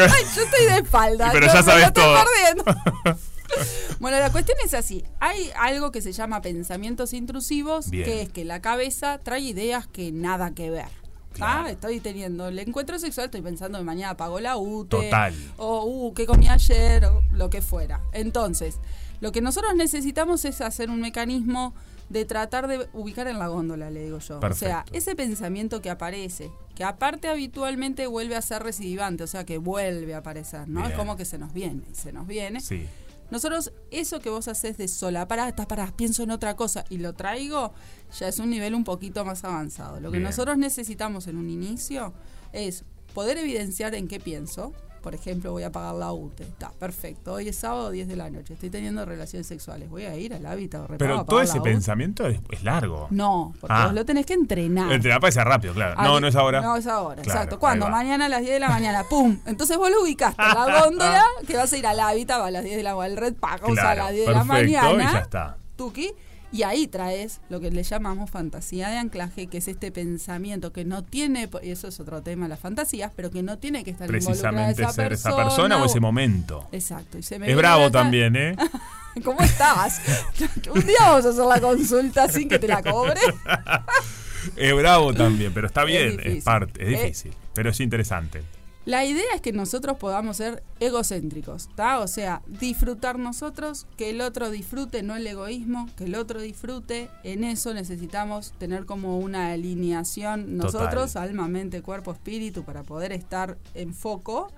I: Ay, yo estoy de espalda.
A: Pero
I: no,
A: ya
I: me
A: sabes
I: lo estoy
A: todo.
I: perdiendo. bueno, la cuestión es así. Hay algo que se llama pensamientos intrusivos,
J: Bien.
I: que es que la cabeza trae ideas que nada que ver. ¿tá? Estoy teniendo el encuentro sexual, estoy pensando que mañana pago la UTE.
A: Total.
I: O, uh, ¿qué comí ayer? O lo que fuera. Entonces, lo que nosotros necesitamos es hacer un mecanismo de tratar de ubicar en la góndola, le digo yo. O sea,
J: Perfecto.
I: ese pensamiento que aparece, que aparte habitualmente vuelve a ser recidivante, o sea, que vuelve a aparecer, ¿no? Es
J: Bien.
I: como que se nos viene, y se nos viene.
A: Sí.
I: Nosotros, eso que vos haces de sola, pará, estás pará, pienso en otra cosa y lo traigo, ya es un nivel un poquito más avanzado. Lo que
J: Bien.
I: nosotros necesitamos en un inicio es poder evidenciar en qué pienso. Por ejemplo, voy a pagar la UTE. Está, perfecto. Hoy es sábado, 10 de la noche. Estoy teniendo relaciones sexuales. Voy a ir al hábitat. repago,
A: Pero
I: a
A: todo
I: pagar
A: ese
I: la UTE.
A: pensamiento es, es largo.
I: No, porque
A: Ah.
I: vos lo tenés que entrenar.
A: El terapia es rápido, claro.
I: Ah,
A: No, no es ahora.
I: No es ahora,
A: Claro,
I: exacto. ¿Cuándo?
A: ahí va. Ah,
I: Mañana a las 10 de la mañana, ¡pum! Entonces vos lo ubicaste en la góndola, que vas a ir al hábitat a las 10 de la al Red Paga, o sea, a
A: Claro,
I: las 10 de la
A: perfecto,
I: mañana.
A: y ya está.
I: Tuki. Y ahí traes lo que le llamamos fantasía de anclaje, que es este pensamiento que no tiene, y eso es otro tema, las fantasías, pero que no tiene que estar involucrada
A: Precisamente
I: esa
A: ser
I: persona, uh,
A: esa persona o ese momento.
I: Exacto. Y se me
A: Es
I: viene
A: bravo
I: la-
A: también, ¿eh?
I: ¿Cómo estás? Un día vamos a hacer la consulta sin que te la cobre.
A: Es bravo también, pero está bien, es,
I: difícil.
A: parte, es
I: Eh.
A: difícil, pero es interesante.
I: La idea es que nosotros podamos ser egocéntricos, ¿tá? O sea, disfrutar nosotros, que el otro disfrute, no el egoísmo, que el otro disfrute. En eso necesitamos tener como una alineación
J: Total.
I: nosotros, alma, mente, cuerpo, espíritu, para poder estar en foco.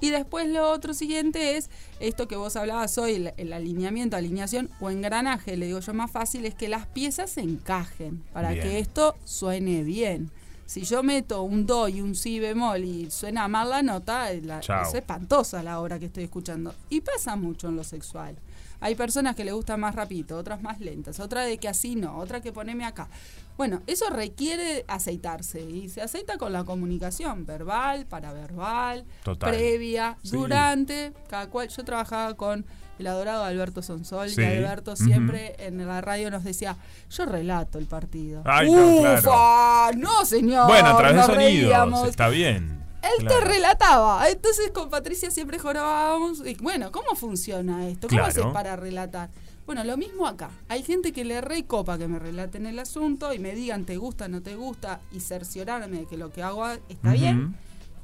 I: Y después lo otro siguiente es esto que vos hablabas hoy, el, el alineamiento, alineación o engranaje, le digo yo más fácil, es que las piezas se encajen para
J: Bien.
I: que esto suene bien. Si yo meto un do y un si bemol y suena mal la nota, eh, la-
J: Chao.
I: es espantosa la obra que estoy escuchando. Y pasa mucho en lo sexual. Hay personas que le gustan más rapidito, otras más lentas, otra de que así no, otra que poneme acá. Bueno, eso requiere aceitarse y se aceita con la comunicación verbal, paraverbal,
J: Total.
I: previa,
J: Sí.
I: durante, cada cual. Yo trabajaba con el adorado Alberto Sonsol
J: Sí.
I: y Alberto
J: Ujú.
I: siempre en la radio nos decía, yo relato el partido.
A: Ay, no,
I: ¡Ufa!
A: claro.
I: No, señor.
A: bueno, a través de
I: nos
A: sonidos,
I: reíamos.
A: está bien.
I: Él te
A: Claro.
I: relataba. Entonces con Patricia siempre jorobábamos. Y, bueno, ¿cómo funciona esto? ¿Cómo
A: Claro.
I: haces para relatar? Bueno, lo mismo acá. Hay gente que le recopa que me relaten el asunto y me digan te gusta, no te gusta y cerciorarme de que lo que hago está bien.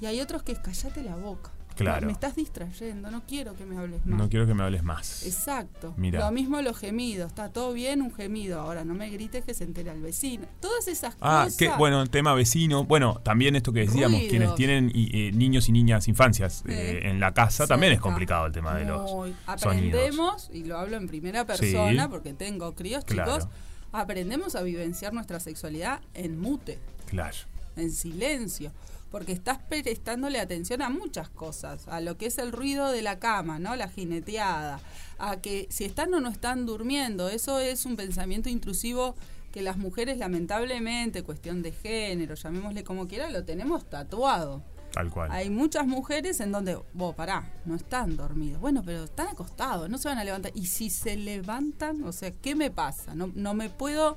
I: Y hay otros que es callate la boca.
A: Claro.
I: Me estás distrayendo, no quiero que me hables
A: Ujú.
I: más.
A: No quiero que me hables más.
I: Exacto.
A: Mira.
I: Lo mismo los gemidos. Está todo bien un gemido. Ahora no me grites que se entera el vecino. Todas esas
A: Ah,
I: cosas.
A: qué bueno, el tema vecino. Bueno, también esto que decíamos,
I: Ruidos.
A: quienes tienen y, eh, niños y niñas, infancias eh, en la casa, también es
I: Cerca.
A: complicado el tema de los
I: Muy.
A: sonidos.
I: Aprendemos, y lo hablo en primera persona porque tengo críos
A: Claro.
I: chicos, aprendemos a vivenciar nuestra sexualidad en mute,
A: Claro.
I: en silencio, porque estás prestándole atención a muchas cosas, a lo que es el ruido de la cama, ¿no? La jineteada, a que si están o no están durmiendo, eso es un pensamiento intrusivo que las mujeres lamentablemente, cuestión de género, llamémosle como quiera, lo tenemos tatuado.
A: Tal cual.
I: Hay muchas mujeres en donde, vos, pará, no están dormidos. Bueno, pero están acostados, no se van a levantar. Y si se levantan, o sea, ¿qué me pasa? No, no me puedo.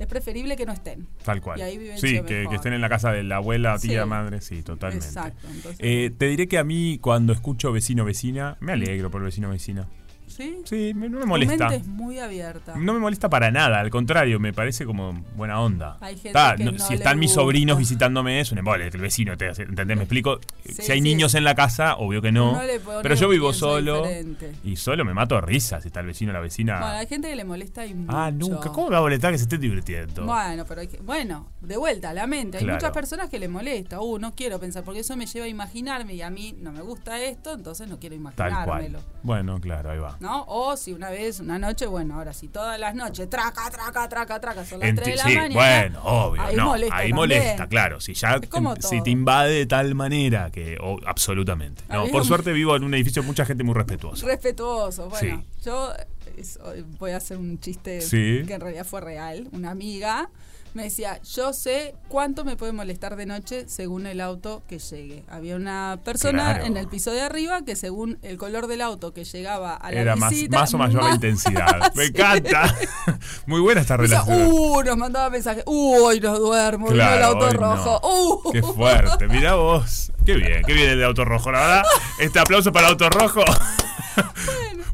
I: Es preferible que no estén.
A: Tal cual.
I: Y ahí viven
A: sí, que, que estén en la casa de la abuela, tía,
I: Sí.
A: madre, sí, totalmente.
I: Exacto. Entonces,
A: Eh, te diré que a mí cuando escucho vecino vecina, me alegro por el vecino vecina.
I: ¿sí?
A: Sí, me- no me
I: Tu
A: molesta.
I: mente es muy abierta.
A: No me molesta para nada, al contrario, me parece como buena onda.
I: Hay gente
A: Está,
I: que
A: no-
I: no
A: si
I: le
A: están mis
I: gusta.
A: sobrinos visitándome, es un embole, el vecino, te, hace- ¿entendés? Me explico.
I: Sí,
A: si hay
I: sí.
A: niños en la casa, obvio que no.
I: Uno le pone
A: pero yo
I: un
A: vivo
I: pienso
A: solo
I: diferente.
A: y solo me mato a risas si está el vecino o la vecina.
I: Bueno, hay gente que le molesta y
A: ah,
I: mucho.
A: nunca. ¿Cómo me va a molestar que se esté divirtiendo?
I: Bueno, pero hay que- bueno, de vuelta, la mente. Hay
A: Claro.
I: muchas personas que le molesta. Uh, no quiero pensar, porque eso me lleva a imaginarme y a mí no me gusta esto, entonces no quiero
A: Tal
I: imaginármelo.
A: cual. Bueno, claro, ahí va.
I: ¿No? O si una vez, una noche, bueno, ahora sí, todas las noches, traca, traca, traca, traca, son las
A: Enti-
I: 3 de la
A: sí,
I: mañana.
A: bueno, obvio,
I: ahí
A: no,
I: molesta
A: ahí
I: también.
A: molesta, claro, si ya
I: como
A: em, si
I: todo.
A: te invade de tal manera que oh, absolutamente.
I: A
A: No,
I: mí
A: por
I: no-
A: suerte vivo en un edificio con mucha gente muy respetuosa.
I: Respetuoso, bueno, yo es- voy a hacer un chiste
A: Sí.
I: que en realidad fue real. Una amiga me decía, yo sé cuánto me puede molestar de noche según el auto que llegue. Había una persona
A: Claro.
I: en el piso de arriba que según el color del auto que llegaba a la
A: Era más,
I: visita,
A: más o mayor la intensidad. Me
I: Sí.
A: encanta. Muy buena esta
I: Decía,
A: relación.
I: uh, nos mandaba mensajes, uh, hoy nos duermo, vino
A: Claro,
I: el auto
A: hoy no.
I: rojo, uh.
A: Qué fuerte, mirá vos. Qué bien, qué bien el de Auto Rojo, la verdad. Este aplauso para Auto Rojo.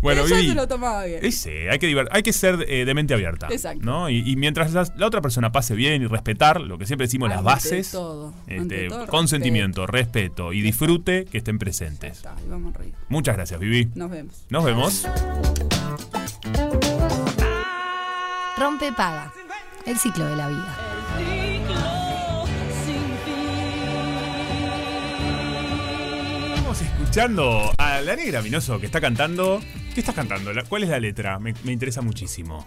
A: Bueno,
I: Ella
A: Vivi,
I: se lo tomaba bien.
A: Ese, hay que, diver- hay que ser eh, de mente abierta.
I: Exacto.
A: ¿no? Y, y mientras las- la, otra persona pase bien y respetar lo que siempre decimos, las
I: Ante
A: bases,
I: todo,
A: este,
I: ante todo,
A: consentimiento, respeto. y disfrute que estén presentes.
I: Ahí vamos arriba.
A: Muchas gracias, Vivi.
I: Nos vemos.
A: Nos vemos.
D: Rompe paga. El ciclo de la vida.
A: Estamos escuchando a la negra Minoso que está cantando. ¿Qué estás cantando? La- ¿Cuál es la letra? Me, me interesa muchísimo.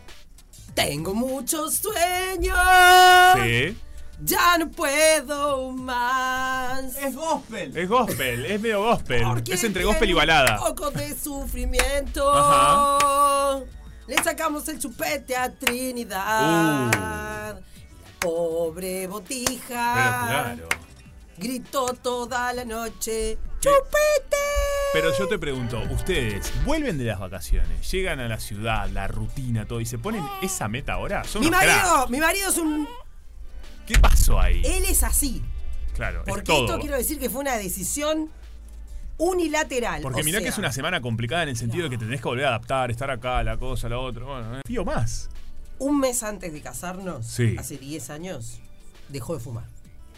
J: Tengo muchos sueños.
A: Sí.
J: Ya no puedo más.
B: Es gospel.
A: Es gospel, es medio gospel. Es entre
J: quiero
A: gospel y
J: un
A: balada.
J: poco de sufrimiento.
A: Ajá.
J: Le sacamos el chupete a Trinidad. Pobre botija.
A: Uh. Pero claro.
J: Gritó toda la noche. ¡Chupete!
A: Pero yo te pregunto, ustedes vuelven de las vacaciones, llegan a la ciudad, la rutina, todo, y se ponen esa meta ahora. Son
J: Mi
A: unos cracks.
J: marido, mi marido es un.
A: ¿Qué pasó ahí?
J: Él es así.
A: Claro, es
J: Porque
A: todo.
J: esto quiero decir que fue una decisión unilateral.
A: Porque
J: o
A: mirá que
J: sea,
A: es una semana complicada en el sentido de que tenés que volver a adaptar, estar acá, la cosa, la otra. Bueno, eh. Fío más.
J: Un mes antes de casarnos,
A: Sí.
J: hace 10 años, dejó de fumar.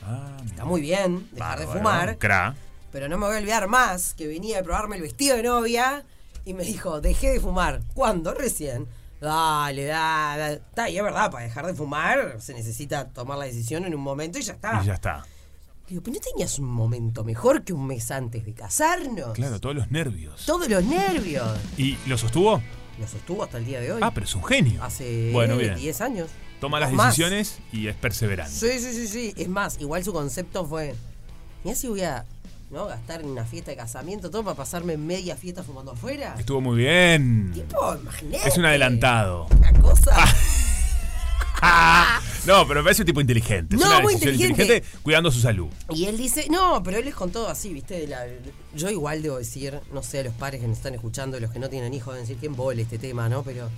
A: Ah,
J: Está muy bien dejar de
A: Bárbaro,
J: fumar,
A: Cra.
J: pero no me voy a olvidar más que venía a probarme el vestido de novia y me dijo, dejé de fumar. ¿Cuándo? Recién. Dale, dale. dale. Está, y es verdad, para dejar de fumar se necesita tomar la decisión en un momento y ya está.
A: Y ya está.
J: Le digo, pero no tenías un momento mejor que un mes antes de casarnos.
A: Claro, todos los nervios.
J: Todos los nervios.
A: ¿Y lo sostuvo?
J: Lo sostuvo hasta el día de hoy.
A: Ah, pero es un genio.
J: Hace
A: Bueno, bien.
J: 10 años.
A: Toma las
J: O más.
A: decisiones y es perseverante.
J: Sí, sí, sí, sí. Es más, igual su concepto fue. Mirá si voy a ¿no? gastar en una fiesta de casamiento, todo para pasarme media fiesta fumando afuera.
A: Estuvo muy bien.
J: Tipo, imaginé.
A: Es Ah. un adelantado.
J: Una cosa.
A: No, pero me parece un tipo inteligente. Es
J: Ah. No,
A: una
J: muy
A: decisión
J: inteligente.
A: Cuidando su salud.
J: Y él dice, no, pero él es con todo así, ¿viste? De la- yo igual debo decir, no sé, a los padres que nos están escuchando, los que no tienen hijos, deben decir, ¿quién vole este tema, no? Pero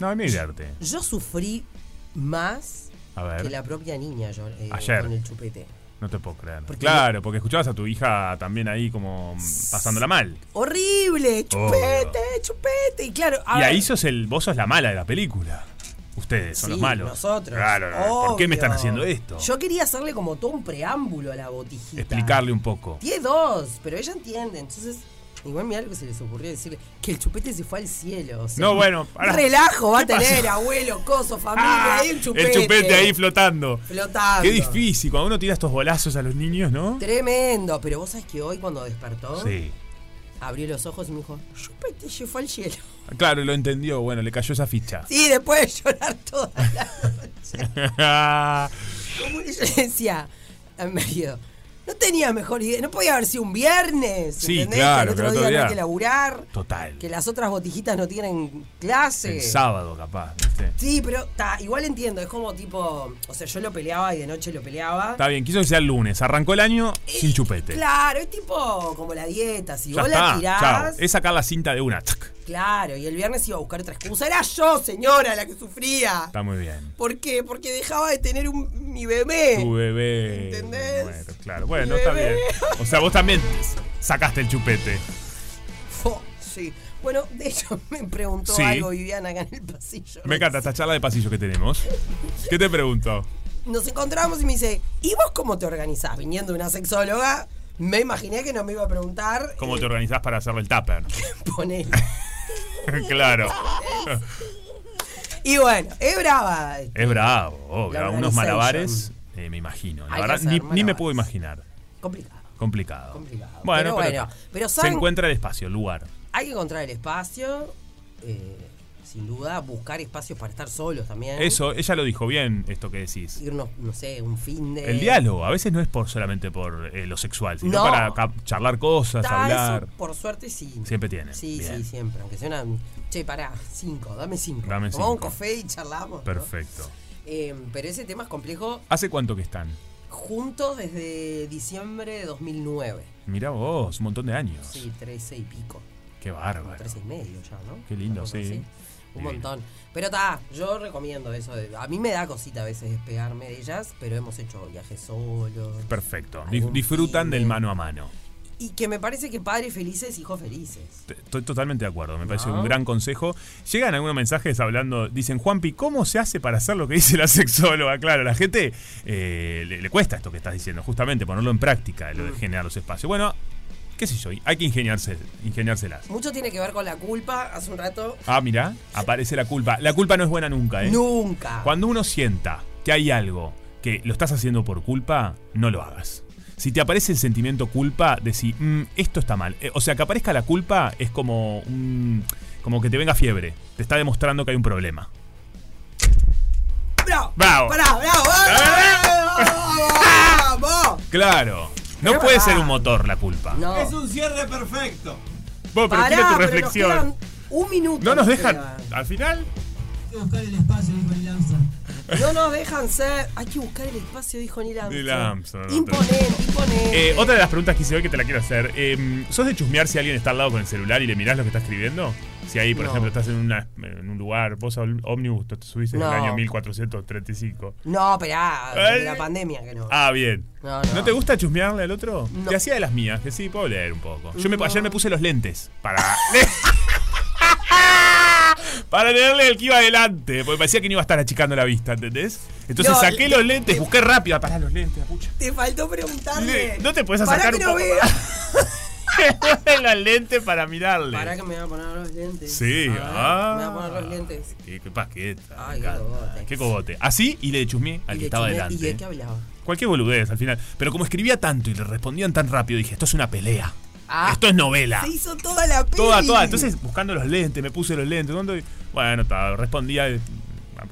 A: No, mirarte.
J: yo sufrí más
A: A
J: que
A: ver,
J: la propia niña yo, eh,
A: Ayer.
J: con el chupete.
A: no te puedo creer.
J: Porque-
A: claro, porque escuchabas a tu hija también ahí como pasándola mal.
J: ¡Horrible! ¡Chupete, chupete! Y claro, a
A: Y
J: ver,
A: ahí sos el, vos sos la mala de la película. Ustedes son
J: Sí,
A: los malos.
J: nosotros,
A: Claro, claro. ¿Por qué me
J: obvio.
A: están haciendo esto?
J: yo quería hacerle como todo un preámbulo a la botijita.
A: Explicarle un poco.
J: Tiene dos, pero ella entiende, entonces... Igual mira lo que se les ocurrió decirle, que el chupete se fue al cielo. o sea,
A: No, bueno, pará.
J: Relajo va a
A: ¿Qué pasó?
J: tener, abuelo, coso, familia, ahí el
A: Ah,
J: chupete.
A: El chupete ahí flotando.
J: Flotando.
A: Qué difícil, cuando uno tira estos bolazos a los niños, ¿no?
J: Tremendo, pero vos sabés que hoy cuando despertó,
A: Sí.
J: abrió los ojos y me dijo, chupete se fue al cielo.
A: Claro, lo entendió. Bueno, le cayó esa ficha.
J: Sí, después de llorar toda la noche. Como yo le decía a mi marido, no tenía mejor idea, no podía haber sido un viernes,
A: Sí,
J: ¿entendés?
A: claro,
J: que el
A: pero
J: otro
A: otro
J: día, no
A: día.
J: hay que laburar,
A: Total.
J: que las otras botijitas no tienen clase.
A: El sábado, capaz. ¿viste?
J: Sí, pero ta, igual entiendo, es como tipo, o sea, yo lo peleaba y de noche lo peleaba. Eh,
A: Está bien, quiso que sea el lunes. Arrancó el año sin chupete.
J: Claro, es tipo como la dieta, si
A: Ya
J: vos la
A: está,
J: tirás,
A: chao. Es sacar la cinta de una. Tac.
J: claro, y el viernes iba a buscar otra excusa. Era yo, señora, la que sufría.
A: Está muy bien.
J: ¿Por qué? Porque dejaba de tener un, mi bebé.
A: Tu bebé.
J: Eh, ¿Entendés?
A: Bueno, claro. Bueno, está bien.
J: Bebé.
A: O sea, vos también sacaste el chupete.
J: Fo, Oh, sí. Bueno, de hecho me preguntó
A: Sí.
J: algo Viviana acá en el pasillo.
A: Me encanta esta charla de pasillo que tenemos. ¿Qué te pregunto?
J: Nos encontramos y me dice, ¿y vos cómo te organizás? Viniendo de una sexóloga, me imaginé que no me iba a preguntar,
A: ¿Cómo te organizás para hacerle el tupper?
J: poné.
A: claro.
J: Y bueno, es brava.
A: Es bravo, obvio.
J: La
A: Unos
J: organization.
A: malabares, eh, me imagino. La
J: Hay que
A: verdad,
J: hacer
A: ni,
J: malabares.
A: ni me puedo imaginar.
J: Complicado.
A: Complicado.
J: Complicado.
A: Bueno, pero,
J: Pero bueno, pero Eh.
A: se
J: saben-
A: encuentra el espacio, el lugar.
J: Hay que encontrar el espacio, eh, sin duda, buscar espacios para estar solos también.
A: Eso, ella lo dijo bien, esto que decís.
J: Irnos, no sé, un fin de...
A: El diálogo, a veces no es por solamente por eh, lo sexual, sino
J: No.
A: para ca- charlar cosas,
J: Ta, eso,
A: hablar.
J: por suerte sí.
A: Siempre tiene.
J: Sí, sí,
A: Bien.
J: siempre. Aunque sea una. Che, pará, cinco, dame cinco.
A: Dame
J: Tomamos un
A: cinco.
J: café y charlamos. ¿no?
A: Perfecto.
J: Eh, pero ese tema es complejo.
A: ¿Hace cuánto que están?
J: Juntos desde diciembre de 2009.
A: Mirá vos, un montón de años.
J: Sí, 13 y pico.
A: Qué bárbaro.
J: 13 y medio ya, ¿no?
A: Qué lindo,
J: Una cosa así.
A: sí.
J: Un
A: Divino.
J: montón. Pero está, yo recomiendo eso. de- a mí me da cosita a veces despegarme de ellas, pero hemos hecho viajes solos.
A: Perfecto. Di-
J: Algún
A: Disfrutan
J: fin
A: del
J: de-
A: mano a mano.
J: Y que me parece que padres felices, hijos felices.
A: T- Estoy totalmente de acuerdo, me parece
J: No.
A: un gran consejo. Llegan algunos mensajes hablando, dicen, Juanpi, ¿cómo se hace para hacer lo que dice la sexóloga? Claro, a la gente eh, le, le cuesta esto que estás diciendo, justamente ponerlo en práctica, lo de generar los espacios. Bueno, qué sé yo, hay que ingeniarse, ingeniárselas.
J: Mucho tiene que ver con la culpa. Hace un rato
A: Ah, mirá, aparece la culpa. La culpa no es buena nunca, ¿eh?
J: Nunca.
A: Cuando uno sienta que hay algo que lo estás haciendo por culpa, no lo hagas. Si te aparece el sentimiento culpa, decís, "Mm, esto está mal. Eh, O sea, que aparezca la culpa es como un- como que te venga fiebre. Te está demostrando que hay un problema.
J: ¡Bravo!
A: ¡Bravo! ¿Eh?
J: ¡Bravo, bravo! ¡Bravo! ¡Vamos!
A: Claro. No puede ser un motor la culpa.
B: Es un cierre perfecto.
A: Vos, pero tiene tu reflexión.
J: un minuto.
A: no nos dejan.
J: queda.
A: Al final,
J: buscar el espacio, dijo Neil Armstrong. No nos dejan ser. Hay que buscar el espacio, dijo Neil Armstrong.
A: Neil Armstrong, no
J: Imponente, imponente.
A: eh, otra de las preguntas que hice hoy que te la quiero hacer. eh, ¿Sos de chusmear si alguien está al lado con el celular y le mirás lo que está escribiendo? Si ahí, por
J: No.
A: ejemplo, estás en, una- en un lugar, vos al ómnibus te te subís en
J: No.
A: el año 1435.
J: No, pero
A: Ay.
J: la pandemia que no.
A: Ah, bien.
J: No,
A: No,
J: no.
A: te gusta chusmearle al otro? Te hacía de las mías, que sí, puedo leer un poco. Yo me-
J: No.
A: ayer me puse los lentes para. para leerle el que iba adelante, porque parecía que no iba a estar achicando la vista, ¿entendés? Entonces
J: No,
A: saqué los lentes, busqué rápido, "Ah, pará los lentes, la pucha.
J: Te faltó preguntarle.
A: No te puedes
J: Pará
A: sacar
J: que
A: un
J: no
A: poco
J: veo.
A: más? los lentes para mirarle.
J: Pará que me voy a poner los lentes.
A: Sí,
J: A ver,
A: ah.
J: Me voy a poner los lentes.
A: Qué, qué paqueta.
J: Ay,
A: me
J: qué
A: encanta.
J: cogote.
A: Qué cogote. Así y le chusmeé al
J: Y
A: que
J: le
A: estaba
J: chumé-
A: delante.
J: ¿Y de qué hablaba?
A: Cualquier boludez al final. Pero como escribía tanto y le respondían tan rápido, dije, esto es una pelea.
J: Ah.
A: esto es novela.
J: Se hizo toda la peli.
A: Toda, toda. Entonces, buscando los lentes, me puse los lentes. ¿cuándo? Y, Bueno, ta, respondía. eh,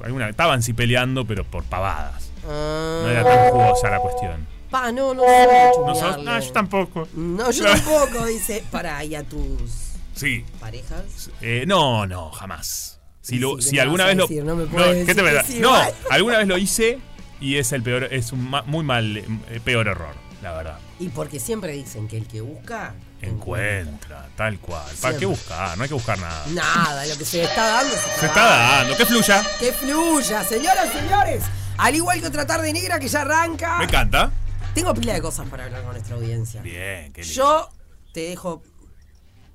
A: alguna- estaban sí peleando, pero por pavadas.
J: Ah.
A: No era tan jugosa la cuestión.
J: Pa, no, no soy de
A: ¿No sos?
J: chumearle.
A: Ah, yo tampoco.
J: No, yo tampoco, dice. Pará, ¿y a tus
A: Sí.
J: parejas?
A: Eh, no, no, jamás. Si, lo-
J: ¿qué
A: si
J: me
A: alguna
J: vas a
A: vez lo.
J: decir? No me
A: no,
J: puedes
A: ¿qué te
J: decir
A: voy a-
J: que sí,
A: no,
J: igual.
A: alguna vez lo hice y es el peor, es un ma- muy mal, eh, peor error, la verdad.
J: Y porque siempre dicen que el que busca,
A: Encuentra, tal cual. ¿Para
J: Siempre.
A: qué buscar? No hay que buscar nada.
J: nada, lo que se le está dando se,
A: Se está dando, que fluya.
J: Que fluya, señoras, señores. Al igual que otra tarde negra que ya arranca.
A: Me encanta.
J: Tengo pila de cosas para hablar con nuestra audiencia.
A: Bien, qué lindo.
J: Yo te dejo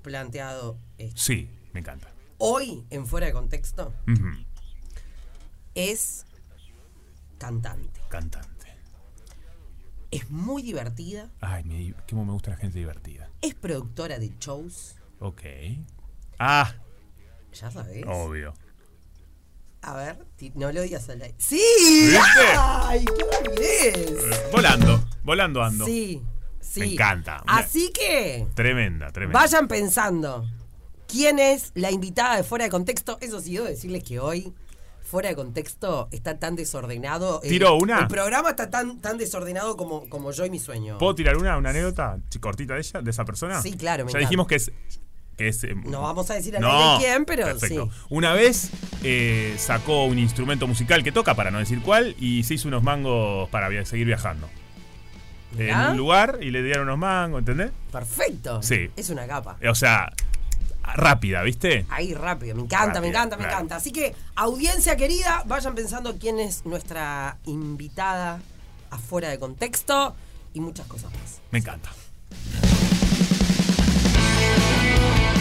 J: planteado esto.
A: Sí, me encanta.
J: Hoy, en fuera de contexto,
A: Ujú,
J: es cantante.
A: Cantante.
J: Es muy divertida,
A: Ay, me, cómo me gusta la gente divertida.
J: es productora de shows,
A: Ok. Ah,
J: ya sabes.
A: obvio.
J: A ver, ti- no lo digas al aire. ¡Sí!
A: ¿Viste?
J: ¡Ay, qué rapidez!
A: Eh, Volando, volando ando.
J: Sí, sí.
A: Me encanta.
J: Así que
A: Tremenda, tremenda.
J: vayan pensando quién es la invitada de Fuera de Contexto. Eso sí, debo decirles que hoy, Fuera de Contexto, está tan desordenado. El-
A: ¿Tiró una?
J: El programa está tan, tan desordenado como, como yo y mi sueño.
A: ¿Puedo tirar una, una anécdota chi- cortita de ella, de esa persona?
J: Sí, claro, me
A: Ya
J: encanta.
A: dijimos que es. Que es em,
J: No vamos a decir a
A: no,
J: quién, pero
A: perfecto.
J: sí.
A: Una vez eh, sacó un instrumento musical que toca, para no decir cuál, y se hizo unos mangos para via- seguir viajando.
J: Mirá.
A: En un lugar y le dieron unos mangos, ¿entendés?
J: Perfecto.
A: Sí.
J: Es una capa.
A: O sea, rápida, ¿viste?
J: Ahí rápido, me encanta, me
A: Rápido,
J: encanta, me
A: claro.
J: encanta. Así que, audiencia querida, vayan pensando quién es nuestra invitada afuera de contexto y muchas cosas más.
A: Me encanta.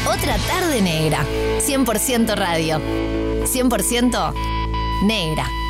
D: Otra tarde negra. 100% radio. 100% negra.